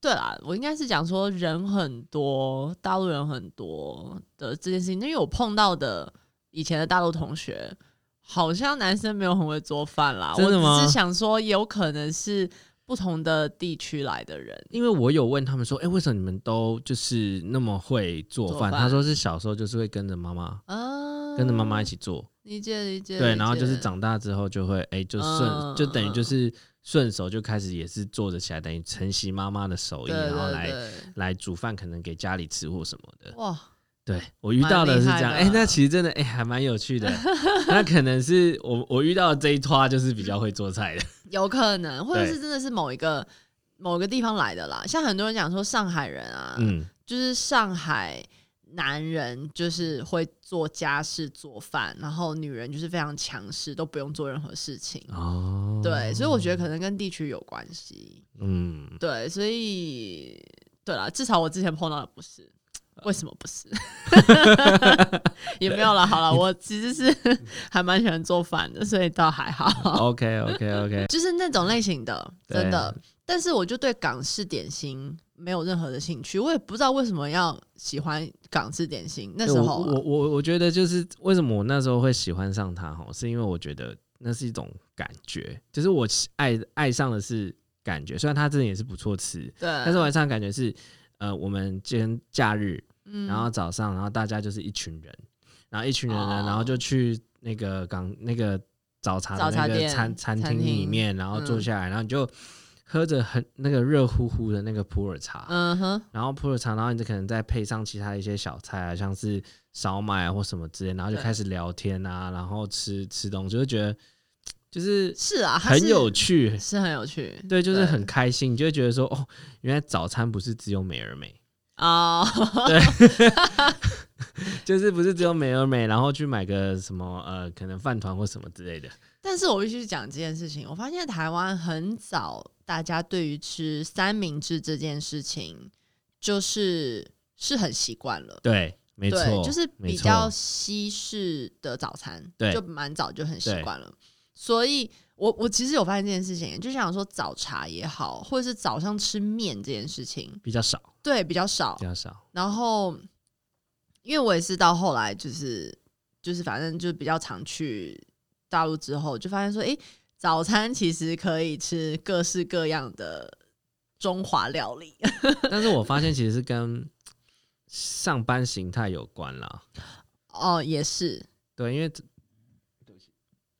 Speaker 1: 对啦，我应该是讲说人很多，大陆人很多的这件事情，因为我碰到的以前的大陆同学，好像男生没有很会做饭啦。
Speaker 2: 真的吗
Speaker 1: 我只是想说，有可能是不同的地区来的人，
Speaker 2: 因为我有问他们说，哎、为什么你们都就是那么会做
Speaker 1: 做
Speaker 2: 饭？
Speaker 1: 饭
Speaker 2: 他说是小时候就是会跟着妈妈，
Speaker 1: 啊，
Speaker 2: 跟着妈妈一
Speaker 1: 起，
Speaker 2: 起做，
Speaker 1: 理解理解，
Speaker 2: 对，
Speaker 1: 理
Speaker 2: 然后就是
Speaker 1: 解，
Speaker 2: 长大之后就会，哎、就顺、
Speaker 1: 嗯
Speaker 2: 就等于就是顺手就开始也是做着起来，等于承袭妈妈的手艺，
Speaker 1: 对
Speaker 2: 然后
Speaker 1: 对
Speaker 2: 来
Speaker 1: 对，
Speaker 2: 来煮饭，可能给家里吃或什么的。
Speaker 1: 哇，
Speaker 2: 对我遇到的是这样，
Speaker 1: 蛮厉
Speaker 2: 哎、
Speaker 1: 害的啊
Speaker 2: 那其实真的，哎、还蛮有趣的。那可能是我我遇到的这一拖就是比较会做菜的，
Speaker 1: 有可能，或者
Speaker 2: 对
Speaker 1: 是真的是某一个某个地方来的啦。像很多人讲说上海人啊，
Speaker 2: 嗯，
Speaker 1: 就是上海男人就是会做家事做饭，然后女人就是非常强势，都不用做任何事情。
Speaker 2: 哦，
Speaker 1: 对，所以我觉得可能跟地区有关系。
Speaker 2: 嗯，
Speaker 1: 对，所以对啦，至少我之前碰到的不是。为什么不 是？也没有了。好了，我其实是
Speaker 2: 嗯
Speaker 1: 还蛮喜欢做饭的，所以倒还好。
Speaker 2: OK OK OK，
Speaker 1: 就是那种类型的，
Speaker 2: 对
Speaker 1: 真的。但是我就对港式点心没有任何的兴趣，我也不知道为什么要喜欢港式点心。那时候
Speaker 2: 哎我我
Speaker 1: 啊、
Speaker 2: 我我觉得就是为什么我那时候会喜欢上它哈，是因为我觉得那是一种感觉，就是我喜爱爱上的是感觉，虽然它真的也是不错吃，
Speaker 1: 对，
Speaker 2: 但是我爱上的感觉是，呃，我们今天假日，
Speaker 1: 嗯
Speaker 2: 然后早上，然后大家就是一群人，然后一群人呢，
Speaker 1: 哦
Speaker 2: 然后就去那个港那个早茶的
Speaker 1: 早茶
Speaker 2: 那个
Speaker 1: 店
Speaker 2: 餐餐
Speaker 1: 餐
Speaker 2: 厅里
Speaker 1: 厅
Speaker 2: 面，然后坐
Speaker 1: 嗯
Speaker 2: 下来，然后你就喝着很那个热乎乎的那个普洱茶，
Speaker 1: 嗯哼，
Speaker 2: 然后普洱茶，然后你就可能再配上其他一些小菜啊，像是烧麦啊或什么之类，然后就
Speaker 1: 对
Speaker 2: 开始聊天啊，然后吃吃东西，就觉得就是
Speaker 1: 是啊，它
Speaker 2: 很
Speaker 1: 是
Speaker 2: 有，趣，
Speaker 1: 是很有趣，
Speaker 2: 对，就是很开心，你就会觉得说哦，原来早餐不是只有美而美，
Speaker 1: 啊，
Speaker 2: 就是不是只有美而美，然后去买个什么呃，可能饭团或什么之类的，
Speaker 1: 但是我必须讲这件事情，我发现台湾很早，大家对于吃三明治这件事情，就是是很习惯了。
Speaker 2: 对，没
Speaker 1: 对，
Speaker 2: 错，
Speaker 1: 就是
Speaker 2: 没
Speaker 1: 比
Speaker 2: 错
Speaker 1: 较西式的早餐，
Speaker 2: 对
Speaker 1: 就蛮早就很习
Speaker 2: 对
Speaker 1: 惯了。所以我我其实有发现这件事情，就想说早茶也好，或者是早上吃面这件事情，
Speaker 2: 比较少，
Speaker 1: 对比较少
Speaker 2: 比。较少，
Speaker 1: 然后，因为我也是到后来就是就是反正就比较常去大陆之后，就发现说，诶，早餐其实可以吃各式各样的中华料理。
Speaker 2: 但是我发现其实是跟上班形态有关啦。
Speaker 1: 哦，也是，
Speaker 2: 对，因为对不起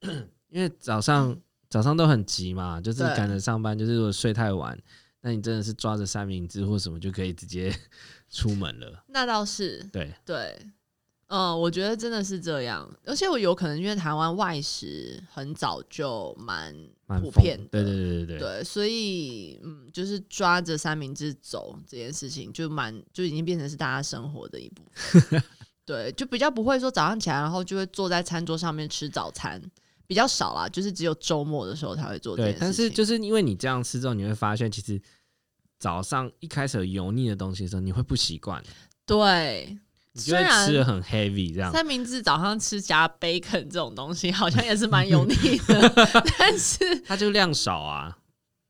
Speaker 2: 因为早上早上都很急嘛，就是
Speaker 1: 对
Speaker 2: 赶着上班，就是如果睡太晚，那你真的是抓着三明治或什么就可以直接 出门了。
Speaker 1: 那倒是。
Speaker 2: 对，
Speaker 1: 对，嗯，我觉得真的是这样，而且我有可能因为台湾外食很早就蛮
Speaker 2: 蛮
Speaker 1: 普
Speaker 2: 疯
Speaker 1: 遍的，
Speaker 2: 对对对对对，
Speaker 1: 对所以嗯，就是抓着三明治走这件事情，就蛮就已经变成是大家生活的一部分， 对，就比较不会说早上起来然后就会坐在餐桌上面吃早餐。比较少啦，就是只有周末的时候才会做这件事
Speaker 2: 对
Speaker 1: 情。
Speaker 2: 但是就是因为你这样吃之后，你会发现其实早上一开始有油腻的东西的时候，你会不习惯，
Speaker 1: 对，
Speaker 2: 你就
Speaker 1: 虽
Speaker 2: 会
Speaker 1: 然
Speaker 2: 吃的很 heavy 这样。
Speaker 1: 三明治早上吃加 bacon 这种东西，好像也是 蛮油腻的， 但是
Speaker 2: 它就量少啊，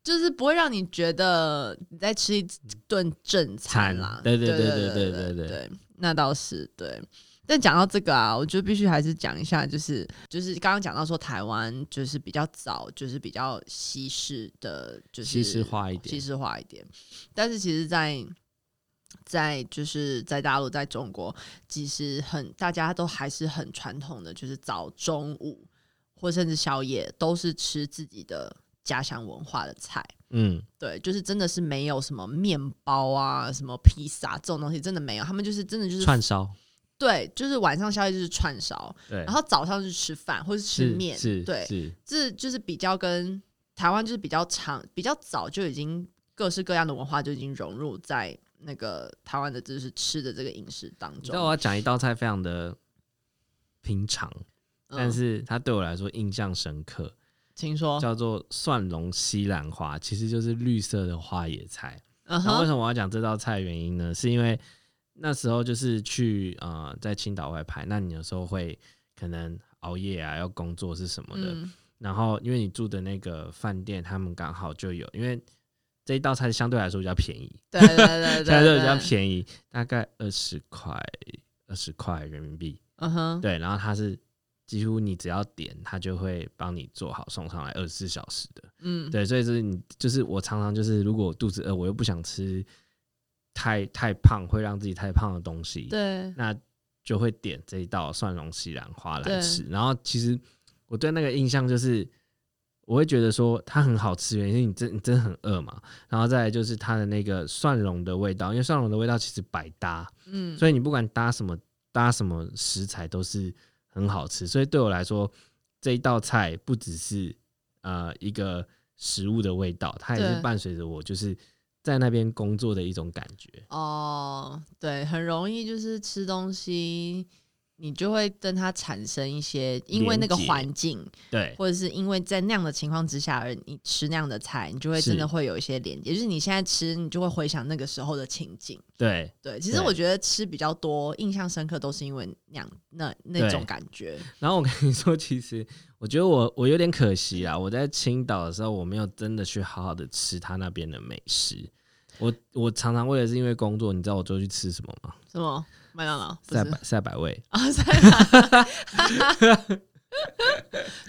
Speaker 1: 就是不会让你觉得你在吃一顿正餐啦
Speaker 2: 餐。对对
Speaker 1: 对
Speaker 2: 对
Speaker 1: 对
Speaker 2: 对对
Speaker 1: 对
Speaker 2: 对
Speaker 1: 那倒是对。但讲到这个啊，我就必须还是讲一下，就是就是刚刚讲到说台湾就是比较早，就是比较西式的，就是
Speaker 2: 西式化一点
Speaker 1: 西式化一点。但是其实在，在就是在大陆，在中国，其实很大家都还是很传统的，就是早中午或甚至宵夜都是吃自己的家乡文化的菜。
Speaker 2: 嗯，
Speaker 1: 对，就是真的是没有什么面包啊、什么披萨这种东西，真的没有。他们就是真的就是
Speaker 2: 串烧，
Speaker 1: 对，就是晚上宵夜就是串烧，
Speaker 2: 对，
Speaker 1: 然后早上就是吃饭或是吃
Speaker 2: 是
Speaker 1: 面
Speaker 2: 是，，
Speaker 1: 对，
Speaker 2: 是，
Speaker 1: 这就是比较跟台湾就是比较长、比较早就已经各式各样的文化就已经融入在那个台湾的就是吃的这个饮食当
Speaker 2: 你知道我
Speaker 1: 中。
Speaker 2: 要讲一道菜非常的平常，
Speaker 1: 嗯，
Speaker 2: 但
Speaker 1: 哦
Speaker 2: 是它对我来说印象深刻，
Speaker 1: 请说，
Speaker 2: 叫做蒜蓉西兰花，其实就是绿色的花野菜。
Speaker 1: 嗯
Speaker 2: 那、为
Speaker 1: 哼，
Speaker 2: 什么我要讲这道菜？原因呢，是因为那时候就是去呃在青岛外拍，那你有时候会可能熬夜啊，要工作是什么的，
Speaker 1: 嗯，
Speaker 2: 然后因为你住的那个饭店，他们刚好就有，因为这一道菜相对来说比较便宜，
Speaker 1: 对对对 对
Speaker 2: 相对
Speaker 1: 对，
Speaker 2: 比较便宜，大概二十块二十块人民币。
Speaker 1: 嗯哼，
Speaker 2: 对，然后它是几乎你只要点，它就会帮你做好送上来，二十四小时的。
Speaker 1: 嗯，
Speaker 2: 对，所以是你就是我常常就是，如果我肚子饿，我又不想吃太太胖会让自己太胖的东西，
Speaker 1: 对，
Speaker 2: 那就会点这一道蒜蓉西兰花来
Speaker 1: 对
Speaker 2: 吃。然后其实我对那个印象就是，我会觉得说它很好吃，原因是你真你真的很饿嘛。然后再来就是它的那个蒜蓉的味道，因为蒜蓉的味道其实百搭，
Speaker 1: 嗯，
Speaker 2: 所以你不管搭什么搭什么食材都是很好吃。所以对我来说，这一道菜不只是呃一个食物的味道，它也是
Speaker 1: 对
Speaker 2: 伴随着我就是在那边工作的一种感觉。
Speaker 1: 哦，对，很容易就是吃东西，你就会跟它产生一些，因为那个
Speaker 2: 连结
Speaker 1: 环境，
Speaker 2: 对，
Speaker 1: 或者是因为在那样的情况之下，而你吃那样的菜，你就会真
Speaker 2: 是
Speaker 1: 的会有一些连接，就是你现在吃，你就会回想那个时候的情景。
Speaker 2: 对，
Speaker 1: 对，其实
Speaker 2: 对
Speaker 1: 我觉得吃比较多，印象深刻都是因为那样那那种
Speaker 2: 对
Speaker 1: 感觉。
Speaker 2: 然后我跟你说，其实我觉得我我有点可惜啊，我在青岛的时候，我没有真的去好好的吃他那边的美食。我我常常为了是因为工作，你知道我最后去吃什么吗？
Speaker 1: 什么麦当劳？不
Speaker 2: 赛
Speaker 1: 是
Speaker 2: 百赛百味，
Speaker 1: 啊，塞班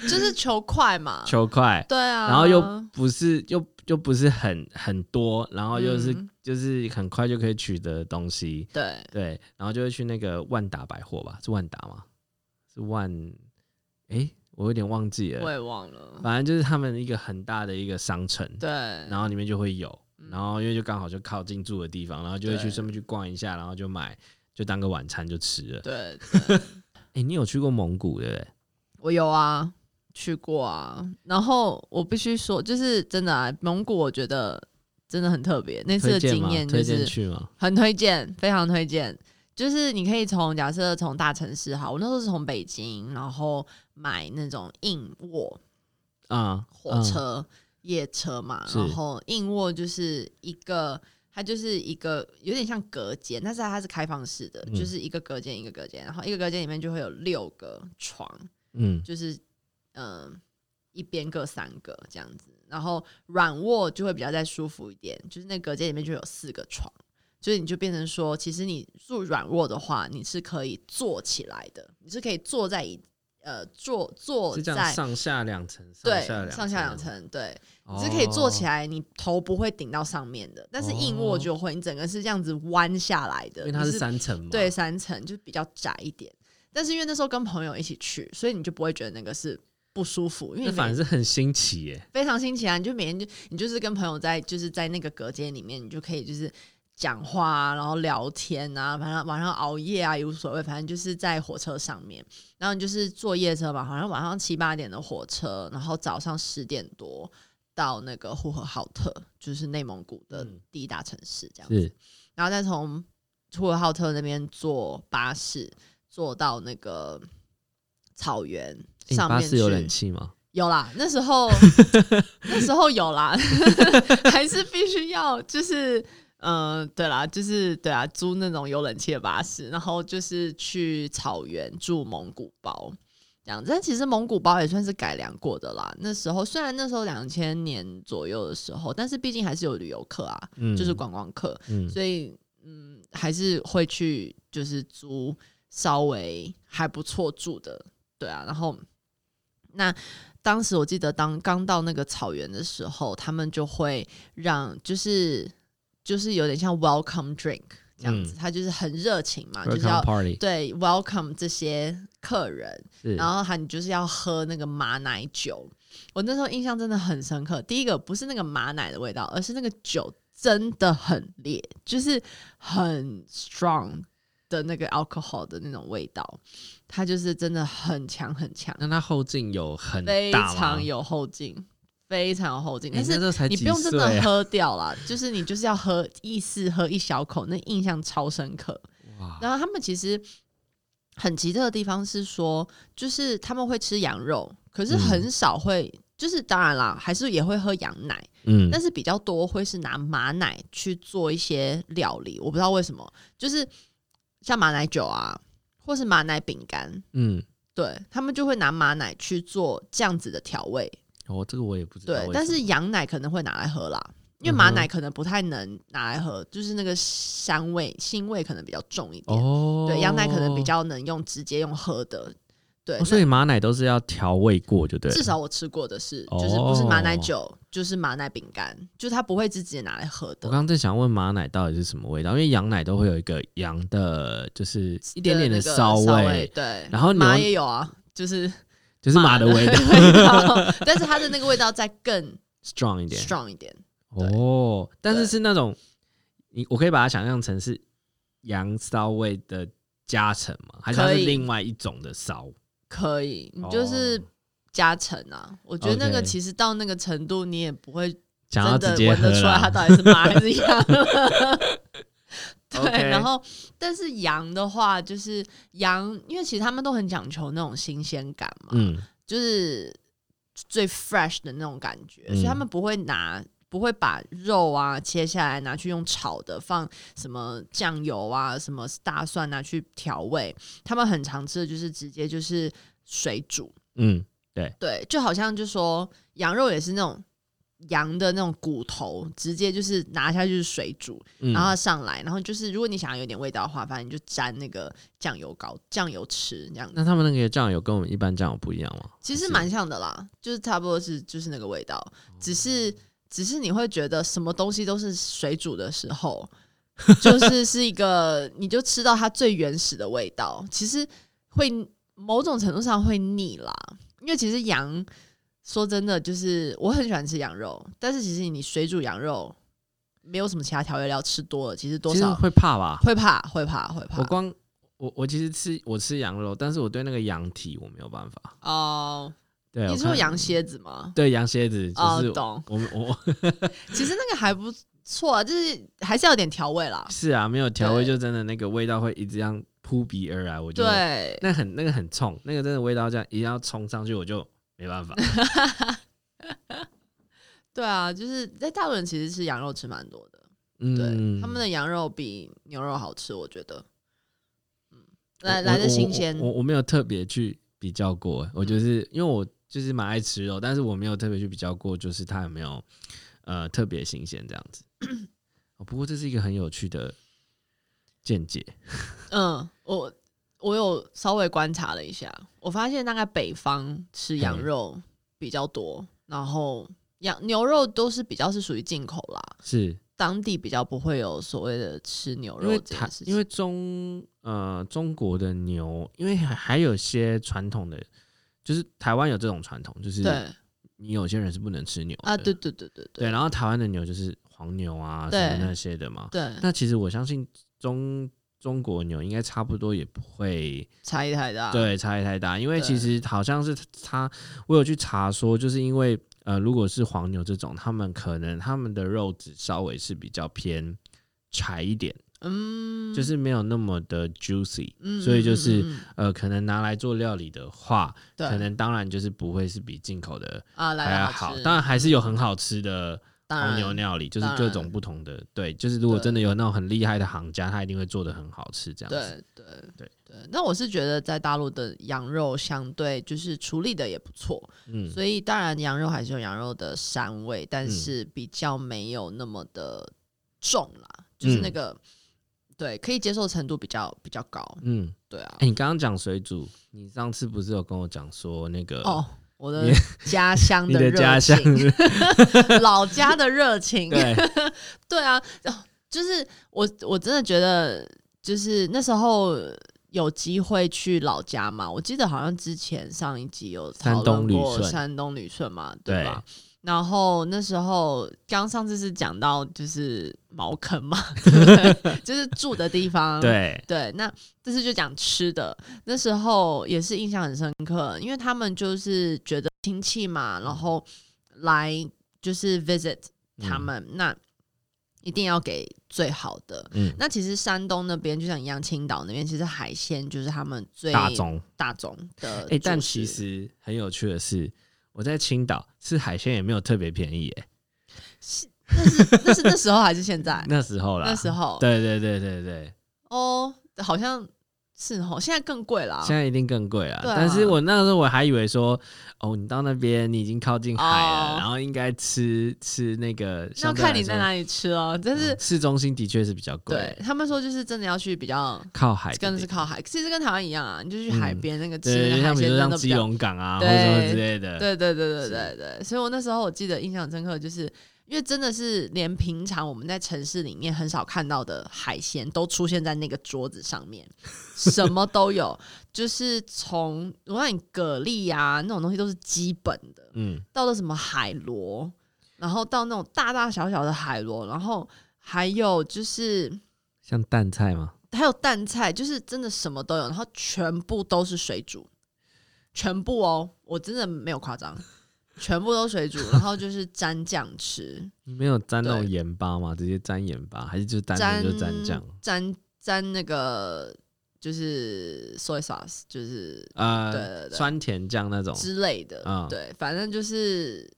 Speaker 1: 就是求快嘛，
Speaker 2: 求快，
Speaker 1: 对啊，
Speaker 2: 然后又不是又又不是很很多，然后又是、
Speaker 1: 嗯
Speaker 2: 就是很快就可以取得的东西，
Speaker 1: 对
Speaker 2: 对，然后就会去那个万达百货吧，是万达吗？是万，诶，我有点忘记
Speaker 1: 我
Speaker 2: 了，
Speaker 1: 也忘了，
Speaker 2: 反正就是他们一个很大的一个商城，
Speaker 1: 对，
Speaker 2: 然后里面就会有，
Speaker 1: 嗯
Speaker 2: 然后因为就刚好就靠近住的地方，然后就会去
Speaker 1: 对
Speaker 2: 顺便去逛一下，然后就买，就当个晚餐就吃了。
Speaker 1: 对，
Speaker 2: 哎，你有去过蒙古对不对？
Speaker 1: 我有啊，去过啊，然后我必须说，就是真的啊，蒙古我觉得真的很特别，那次
Speaker 2: 推
Speaker 1: 的
Speaker 2: 荐
Speaker 1: 经
Speaker 2: 吗？
Speaker 1: 验
Speaker 2: 推
Speaker 1: 就
Speaker 2: 荐
Speaker 1: 是
Speaker 2: 去吗？
Speaker 1: 很推荐，非常推荐。就是你可以从假设从大城市好，我那时候是从北京，然后买那种硬卧
Speaker 2: 啊，
Speaker 1: 火车、夜车嘛，
Speaker 2: 是
Speaker 1: 然后硬卧就是一个，它就是一个有点像隔间，但是它是开放式的，
Speaker 2: 嗯
Speaker 1: 就是一个隔间一个隔间，然后一个隔间里面就会有六个床，
Speaker 2: 嗯，
Speaker 1: 就是嗯、呃一边各三个这样子，然后软卧就会比较再舒服一点，就是那隔间里面就有四个床，所以你就变成说，其实你住软卧的话，你是可以坐起来的，你是可以坐在椅呃坐坐
Speaker 2: 是这样
Speaker 1: 在
Speaker 2: 上下两层，
Speaker 1: 对
Speaker 2: 下
Speaker 1: 上下两
Speaker 2: 层，哦
Speaker 1: 层对。你是可以坐起
Speaker 2: 来，
Speaker 1: 来，你头不会顶到上面的，但是硬卧就会，你整个是这样子弯下来的，
Speaker 2: 哦因为它
Speaker 1: 你
Speaker 2: 是三层嘛。
Speaker 1: 对，三层，就比较窄一点。但是因为那时候跟朋友一起去，所以你就不会觉得那个是不舒服，因为
Speaker 2: 那
Speaker 1: 你
Speaker 2: 反而
Speaker 1: 每
Speaker 2: 是很新奇耶。
Speaker 1: 非常新奇啊！你就每天就你就是跟朋友在就是在那个隔间里面，你就可以就是讲话啊，然后聊天啊，晚上晚上熬夜啊也无所谓，反正就是在火车上面，然后你就是坐夜车吧，好像晚上七八点的火车，然后早上十点多到那个呼和浩特，就是内蒙古的
Speaker 2: 嗯
Speaker 1: 第一大城市这样子。
Speaker 2: 是，
Speaker 1: 然后再从呼和浩特那边坐巴士坐到那个草原
Speaker 2: 诶
Speaker 1: 上
Speaker 2: 哎巴
Speaker 1: 面
Speaker 2: 士
Speaker 1: 去。
Speaker 2: 有冷气吗？
Speaker 1: 有啦，那时 候那时候有啦， 还是必须要就是。嗯，对啦，就是对啊，租那种有冷气的巴士，然后就是去草原住蒙古包这样子。但其实蒙古包也算是改良过的啦。那时候虽然那时候两千年左右的时候，但是毕竟还是有旅游客啊，
Speaker 2: 嗯，
Speaker 1: 就是观光客，
Speaker 2: 嗯，
Speaker 1: 所以嗯，还是会去就是租稍微还不错住的，对啊。然后那当时我记得当刚到那个草原的时候，他们就会让就是就是有点像 welcome drink 这样子，他就是很热情嘛，啊就是
Speaker 2: Welcome
Speaker 1: 要。
Speaker 2: party
Speaker 1: 对，welcome 这些客人，
Speaker 2: 是，
Speaker 1: 然后还你就是要喝那个马奶酒。我那时候印象真的很深刻，第一个不是那个马奶的味道，而是那个酒真的很烈，就是很 strong 的那个 alcohol 的那种味道，它就是真的很强很强，
Speaker 2: 那它后劲有很
Speaker 1: 非
Speaker 2: 大吗
Speaker 1: 常，有后劲，非常有后劲。
Speaker 2: 诶
Speaker 1: 但
Speaker 2: 那
Speaker 1: 是
Speaker 2: 时候才
Speaker 1: 你不
Speaker 2: 几
Speaker 1: 用真
Speaker 2: 岁
Speaker 1: 的
Speaker 2: 啊
Speaker 1: 喝掉啦，就是你就是要喝意思喝一小口，那印象超深刻。
Speaker 2: 哇
Speaker 1: 然后他们其实很奇特的地方是说，就是他们会吃羊肉，可是
Speaker 2: 嗯
Speaker 1: 很少会，就是当然啦，还是也会喝羊奶，
Speaker 2: 嗯
Speaker 1: 但是比较多会是拿马奶去做一些料理。我不知道为什么，就是像马奶酒啊，或是马奶饼干，
Speaker 2: 嗯，
Speaker 1: 对他们就会拿马奶去做这样子的调味。
Speaker 2: 哦，这个我也不知道为什
Speaker 1: 对
Speaker 2: 么。，
Speaker 1: 但是羊奶可能会拿来喝啦。因为
Speaker 2: 嗯哼
Speaker 1: 马奶可能不太能拿来喝，就是那个香味、腥味可能比较重一点。
Speaker 2: 哦，
Speaker 1: 对，羊奶可能比较能用直接用喝的，对，
Speaker 2: 哦所以马奶都是要调味过，就对
Speaker 1: 那
Speaker 2: 了。
Speaker 1: 至少我吃过的是，
Speaker 2: 哦
Speaker 1: 就是不是马奶酒，就是马奶饼干，就是它不会是直接拿来喝
Speaker 2: 我
Speaker 1: 的
Speaker 2: 刚。刚正想问马奶到底是什么味道，因为羊奶都会有一个羊的，就是一点点的
Speaker 1: 那个
Speaker 2: 骚
Speaker 1: 味，
Speaker 2: 味，
Speaker 1: 对，
Speaker 2: 然后牛
Speaker 1: 马也有啊， 就是
Speaker 2: 就是马的味道
Speaker 1: 道，但是它的那个味道再更
Speaker 2: strong 一点。
Speaker 1: strong 一点。对
Speaker 2: 哦，但是
Speaker 1: 对
Speaker 2: 是那种，你我可以把它想象成是羊骚味的加成吗？还是它
Speaker 1: 可
Speaker 2: 是
Speaker 1: 以
Speaker 2: 另外一种的骚？
Speaker 1: 可以，你就是
Speaker 2: 哦
Speaker 1: 加成啊。我觉得那个
Speaker 2: OK
Speaker 1: 其实到那个程度，你也不会
Speaker 2: 想要
Speaker 1: 真
Speaker 2: 直
Speaker 1: 的
Speaker 2: 接
Speaker 1: 闻
Speaker 2: 喝啊
Speaker 1: 得出来它
Speaker 2: 啦。
Speaker 1: 到底是马还是 羊。对
Speaker 2: OK
Speaker 1: 然后但是羊的话，就是羊，因为其实他们都很讲求那种新鲜感嘛，
Speaker 2: 嗯，
Speaker 1: 就是最 fresh 的那种感觉，
Speaker 2: 嗯
Speaker 1: 所以他们不会拿。不会把肉啊切下来拿去用炒的，放什么酱油啊、什么大蒜拿去调味。他们很常吃的就是直接就是水煮，
Speaker 2: 嗯，
Speaker 1: 对，就好像就说羊肉也是那种羊的那种骨头，直接就是拿下去就是水煮，
Speaker 2: 嗯，
Speaker 1: 然后它上来，然后就是如果你想要有点味道的话，反正你就沾那个酱油膏、酱油吃这样子，
Speaker 2: 那他们那个酱油跟我们一般酱油不一样吗？
Speaker 1: 其实
Speaker 2: 是
Speaker 1: 蛮像的啦，就是差不多是就是那个味道，只是只是你会觉得什么东西都是水煮的时候， 就是是一个你就吃到它最原始的味道，其实会某种程度上会腻啦，因为其实羊说真的就是我很喜欢吃羊肉，但是其实你水煮羊肉没有什么其他调味料，吃多了其实多
Speaker 2: 其实
Speaker 1: 少
Speaker 2: 会怕吧？
Speaker 1: 会怕会怕会怕
Speaker 2: 我光我我其实吃我吃羊肉，但是我对那个羊蹄我没有办法。
Speaker 1: 哦，
Speaker 2: 对，
Speaker 1: 你
Speaker 2: 我
Speaker 1: 说
Speaker 2: 看
Speaker 1: 羊？蝎子吗？
Speaker 2: 对，羊蝎子
Speaker 1: 哦
Speaker 2: 就是
Speaker 1: 懂
Speaker 2: 我们我。
Speaker 1: 其实那个还不错啊，就是还是要有点调味啦
Speaker 2: 是啊，没有调味
Speaker 1: 对
Speaker 2: 就真的那个味道会一直这样扑鼻而来，我就
Speaker 1: 对，
Speaker 2: 那很那个很冲，那个真的味道这样一定要冲上去，我就没 办法。
Speaker 1: 对啊，就是在大陆人其实吃羊肉吃蛮多的，
Speaker 2: 嗯，
Speaker 1: 对、他们的羊肉比牛肉好吃，我觉得，嗯，
Speaker 2: 我
Speaker 1: 来
Speaker 2: 我
Speaker 1: 来的
Speaker 2: 我
Speaker 1: 新鲜
Speaker 2: 我，我我没有特别去比较过，我就是因为我就是蛮爱吃肉，但是我没有特别去比较过，就是它有没有呃特别新鲜这样 子。哦，不过这是一个很有趣的见解。
Speaker 1: 嗯，我我有稍微观察了一下，我发现大概北方吃羊
Speaker 2: 嘿
Speaker 1: 肉比较多，然后羊牛肉都是比较是属于进口啦，
Speaker 2: 是
Speaker 1: 当地比较不会有所谓的吃牛
Speaker 2: 因
Speaker 1: 肉
Speaker 2: 为
Speaker 1: 这
Speaker 2: 它
Speaker 1: 件事情，
Speaker 2: 因为中呃中国的牛，因为还还有些传统的，就是台湾有这种传统，就是
Speaker 1: 对
Speaker 2: 你有些人是不能吃牛
Speaker 1: 啊，
Speaker 2: 的
Speaker 1: 对对对对
Speaker 2: 对，然后台湾的牛就是黄牛啊什
Speaker 1: 对
Speaker 2: 么那些的嘛。
Speaker 1: 对，
Speaker 2: 那其实我相信中中国牛应该差不多也不会、
Speaker 1: 差异太大，
Speaker 2: 对差异太大，因为
Speaker 1: 对
Speaker 2: 其实好像是它，我有去查说，就是因为呃，如果是黄牛这种，他们可能他们的肉质稍微是比较偏柴一点，
Speaker 1: 嗯，
Speaker 2: 就是没有那么的 juicy，、
Speaker 1: 嗯，
Speaker 2: 所以就
Speaker 1: 嗯
Speaker 2: 是
Speaker 1: 嗯嗯嗯
Speaker 2: 呃，可能拿来做料理的话，
Speaker 1: 对
Speaker 2: 可能当然就是不会是比进口的
Speaker 1: 啊来
Speaker 2: 还
Speaker 1: 得
Speaker 2: 要
Speaker 1: 好
Speaker 2: 好，
Speaker 1: 吃，嗯
Speaker 2: 当然还是有很好吃的。
Speaker 1: 当
Speaker 2: 黄
Speaker 1: 然
Speaker 2: 牛料理，就是
Speaker 1: 当
Speaker 2: 各
Speaker 1: 然
Speaker 2: 种不同的，对，就是如
Speaker 1: 嗯
Speaker 2: 果
Speaker 1: 对
Speaker 2: 真的有那种很厉害的行家，他一定会做的很好吃，这样子。
Speaker 1: 对对
Speaker 2: 对
Speaker 1: 对。那我是觉得在大陆的羊肉相对就是处理的也不错，
Speaker 2: 嗯，
Speaker 1: 所以当然羊肉还是有羊肉的膻味，但
Speaker 2: 嗯
Speaker 1: 是比较没有那么的重啦，就是那
Speaker 2: 嗯
Speaker 1: 个对可以接受程度比较比较高，
Speaker 2: 嗯，
Speaker 1: 对啊
Speaker 2: 哎、。你刚刚讲水煮，你上次不是有跟我讲说那个
Speaker 1: 哦，我的
Speaker 2: 你
Speaker 1: 家乡
Speaker 2: 你
Speaker 1: 的
Speaker 2: 的家
Speaker 1: 热
Speaker 2: 乡
Speaker 1: 情，
Speaker 2: 是
Speaker 1: 老家的热情，
Speaker 2: 对，
Speaker 1: 对啊，就是我我真的觉得，就是那时候有机会去老家嘛，我记得好像之前上一集有讨论过
Speaker 2: 山东旅顺
Speaker 1: 山东旅顺嘛，对吧？然后那时候刚上次是讲到就是茅坑嘛， 对不对？就是住的地方，
Speaker 2: 对，
Speaker 1: 对，那这次就讲吃的，那时候也是印象很深刻，因为他们就是觉得亲戚嘛，然后来就是 visit 他
Speaker 2: 嗯
Speaker 1: 们，那一定要给最好的。
Speaker 2: 嗯
Speaker 1: 那其实山东那边就像一样，青岛那边其实海鲜就是他们最
Speaker 2: 大众。
Speaker 1: 大众的主
Speaker 2: 哎、
Speaker 1: 食。
Speaker 2: 但其实很有趣的是，我在青岛吃海鲜也没有特别便宜、哎，？
Speaker 1: 那是那是那哎时候还是现在
Speaker 2: 那时候啦，
Speaker 1: 那时候
Speaker 2: 对对对对对，
Speaker 1: 哦，好像是哦，现在更贵啦。
Speaker 2: 现在一定更贵了。
Speaker 1: 对啊
Speaker 2: 但是我那时候我还以为说，哦，你到那边你已经靠近海了，
Speaker 1: 哦
Speaker 2: 然后应该吃吃那个。
Speaker 1: 那
Speaker 2: 相对来
Speaker 1: 看你在
Speaker 2: 说
Speaker 1: 哪里吃哦，但是、
Speaker 2: 嗯市中心的确是比较贵，
Speaker 1: 对他们说就是真的要去比较，
Speaker 2: 靠海的地
Speaker 1: 真
Speaker 2: 方
Speaker 1: 的是靠海，其实跟台湾一样啊，你就去海边那个吃那
Speaker 2: 对，
Speaker 1: 个海
Speaker 2: 像比
Speaker 1: 鲜
Speaker 2: 如
Speaker 1: 真
Speaker 2: 说像
Speaker 1: 的比
Speaker 2: 基
Speaker 1: 较。
Speaker 2: 隆港啊，或
Speaker 1: 对
Speaker 2: 者什么之类的。
Speaker 1: 对对对对对对，所以我那时候我记得印象深刻，就是因为真的是连平常我们在城市里面很少看到的海鲜都出现在那个桌子上面，什么都有，就是从我看你蛤蜊啊那种东西都是基本的，
Speaker 2: 嗯，
Speaker 1: 到了什么海螺，然后到那种大大小小的海螺，然后还有就是
Speaker 2: 像淡菜嘛，
Speaker 1: 还有淡菜，就是真的什么都有，然后全部都是水煮，全部哦，我真的没有夸张，全部都水煮，然后就是沾酱吃，
Speaker 2: 你没有沾那种
Speaker 1: 对
Speaker 2: 盐巴嘛，直接沾盐巴，还是就单
Speaker 1: 沾
Speaker 2: 纯就 沾酱？
Speaker 1: 沾沾那个就是 soy sauce，就是
Speaker 2: 呃，
Speaker 1: 对对对
Speaker 2: 酸甜酱那种。
Speaker 1: 之类的，
Speaker 2: 嗯
Speaker 1: 对，反正就是，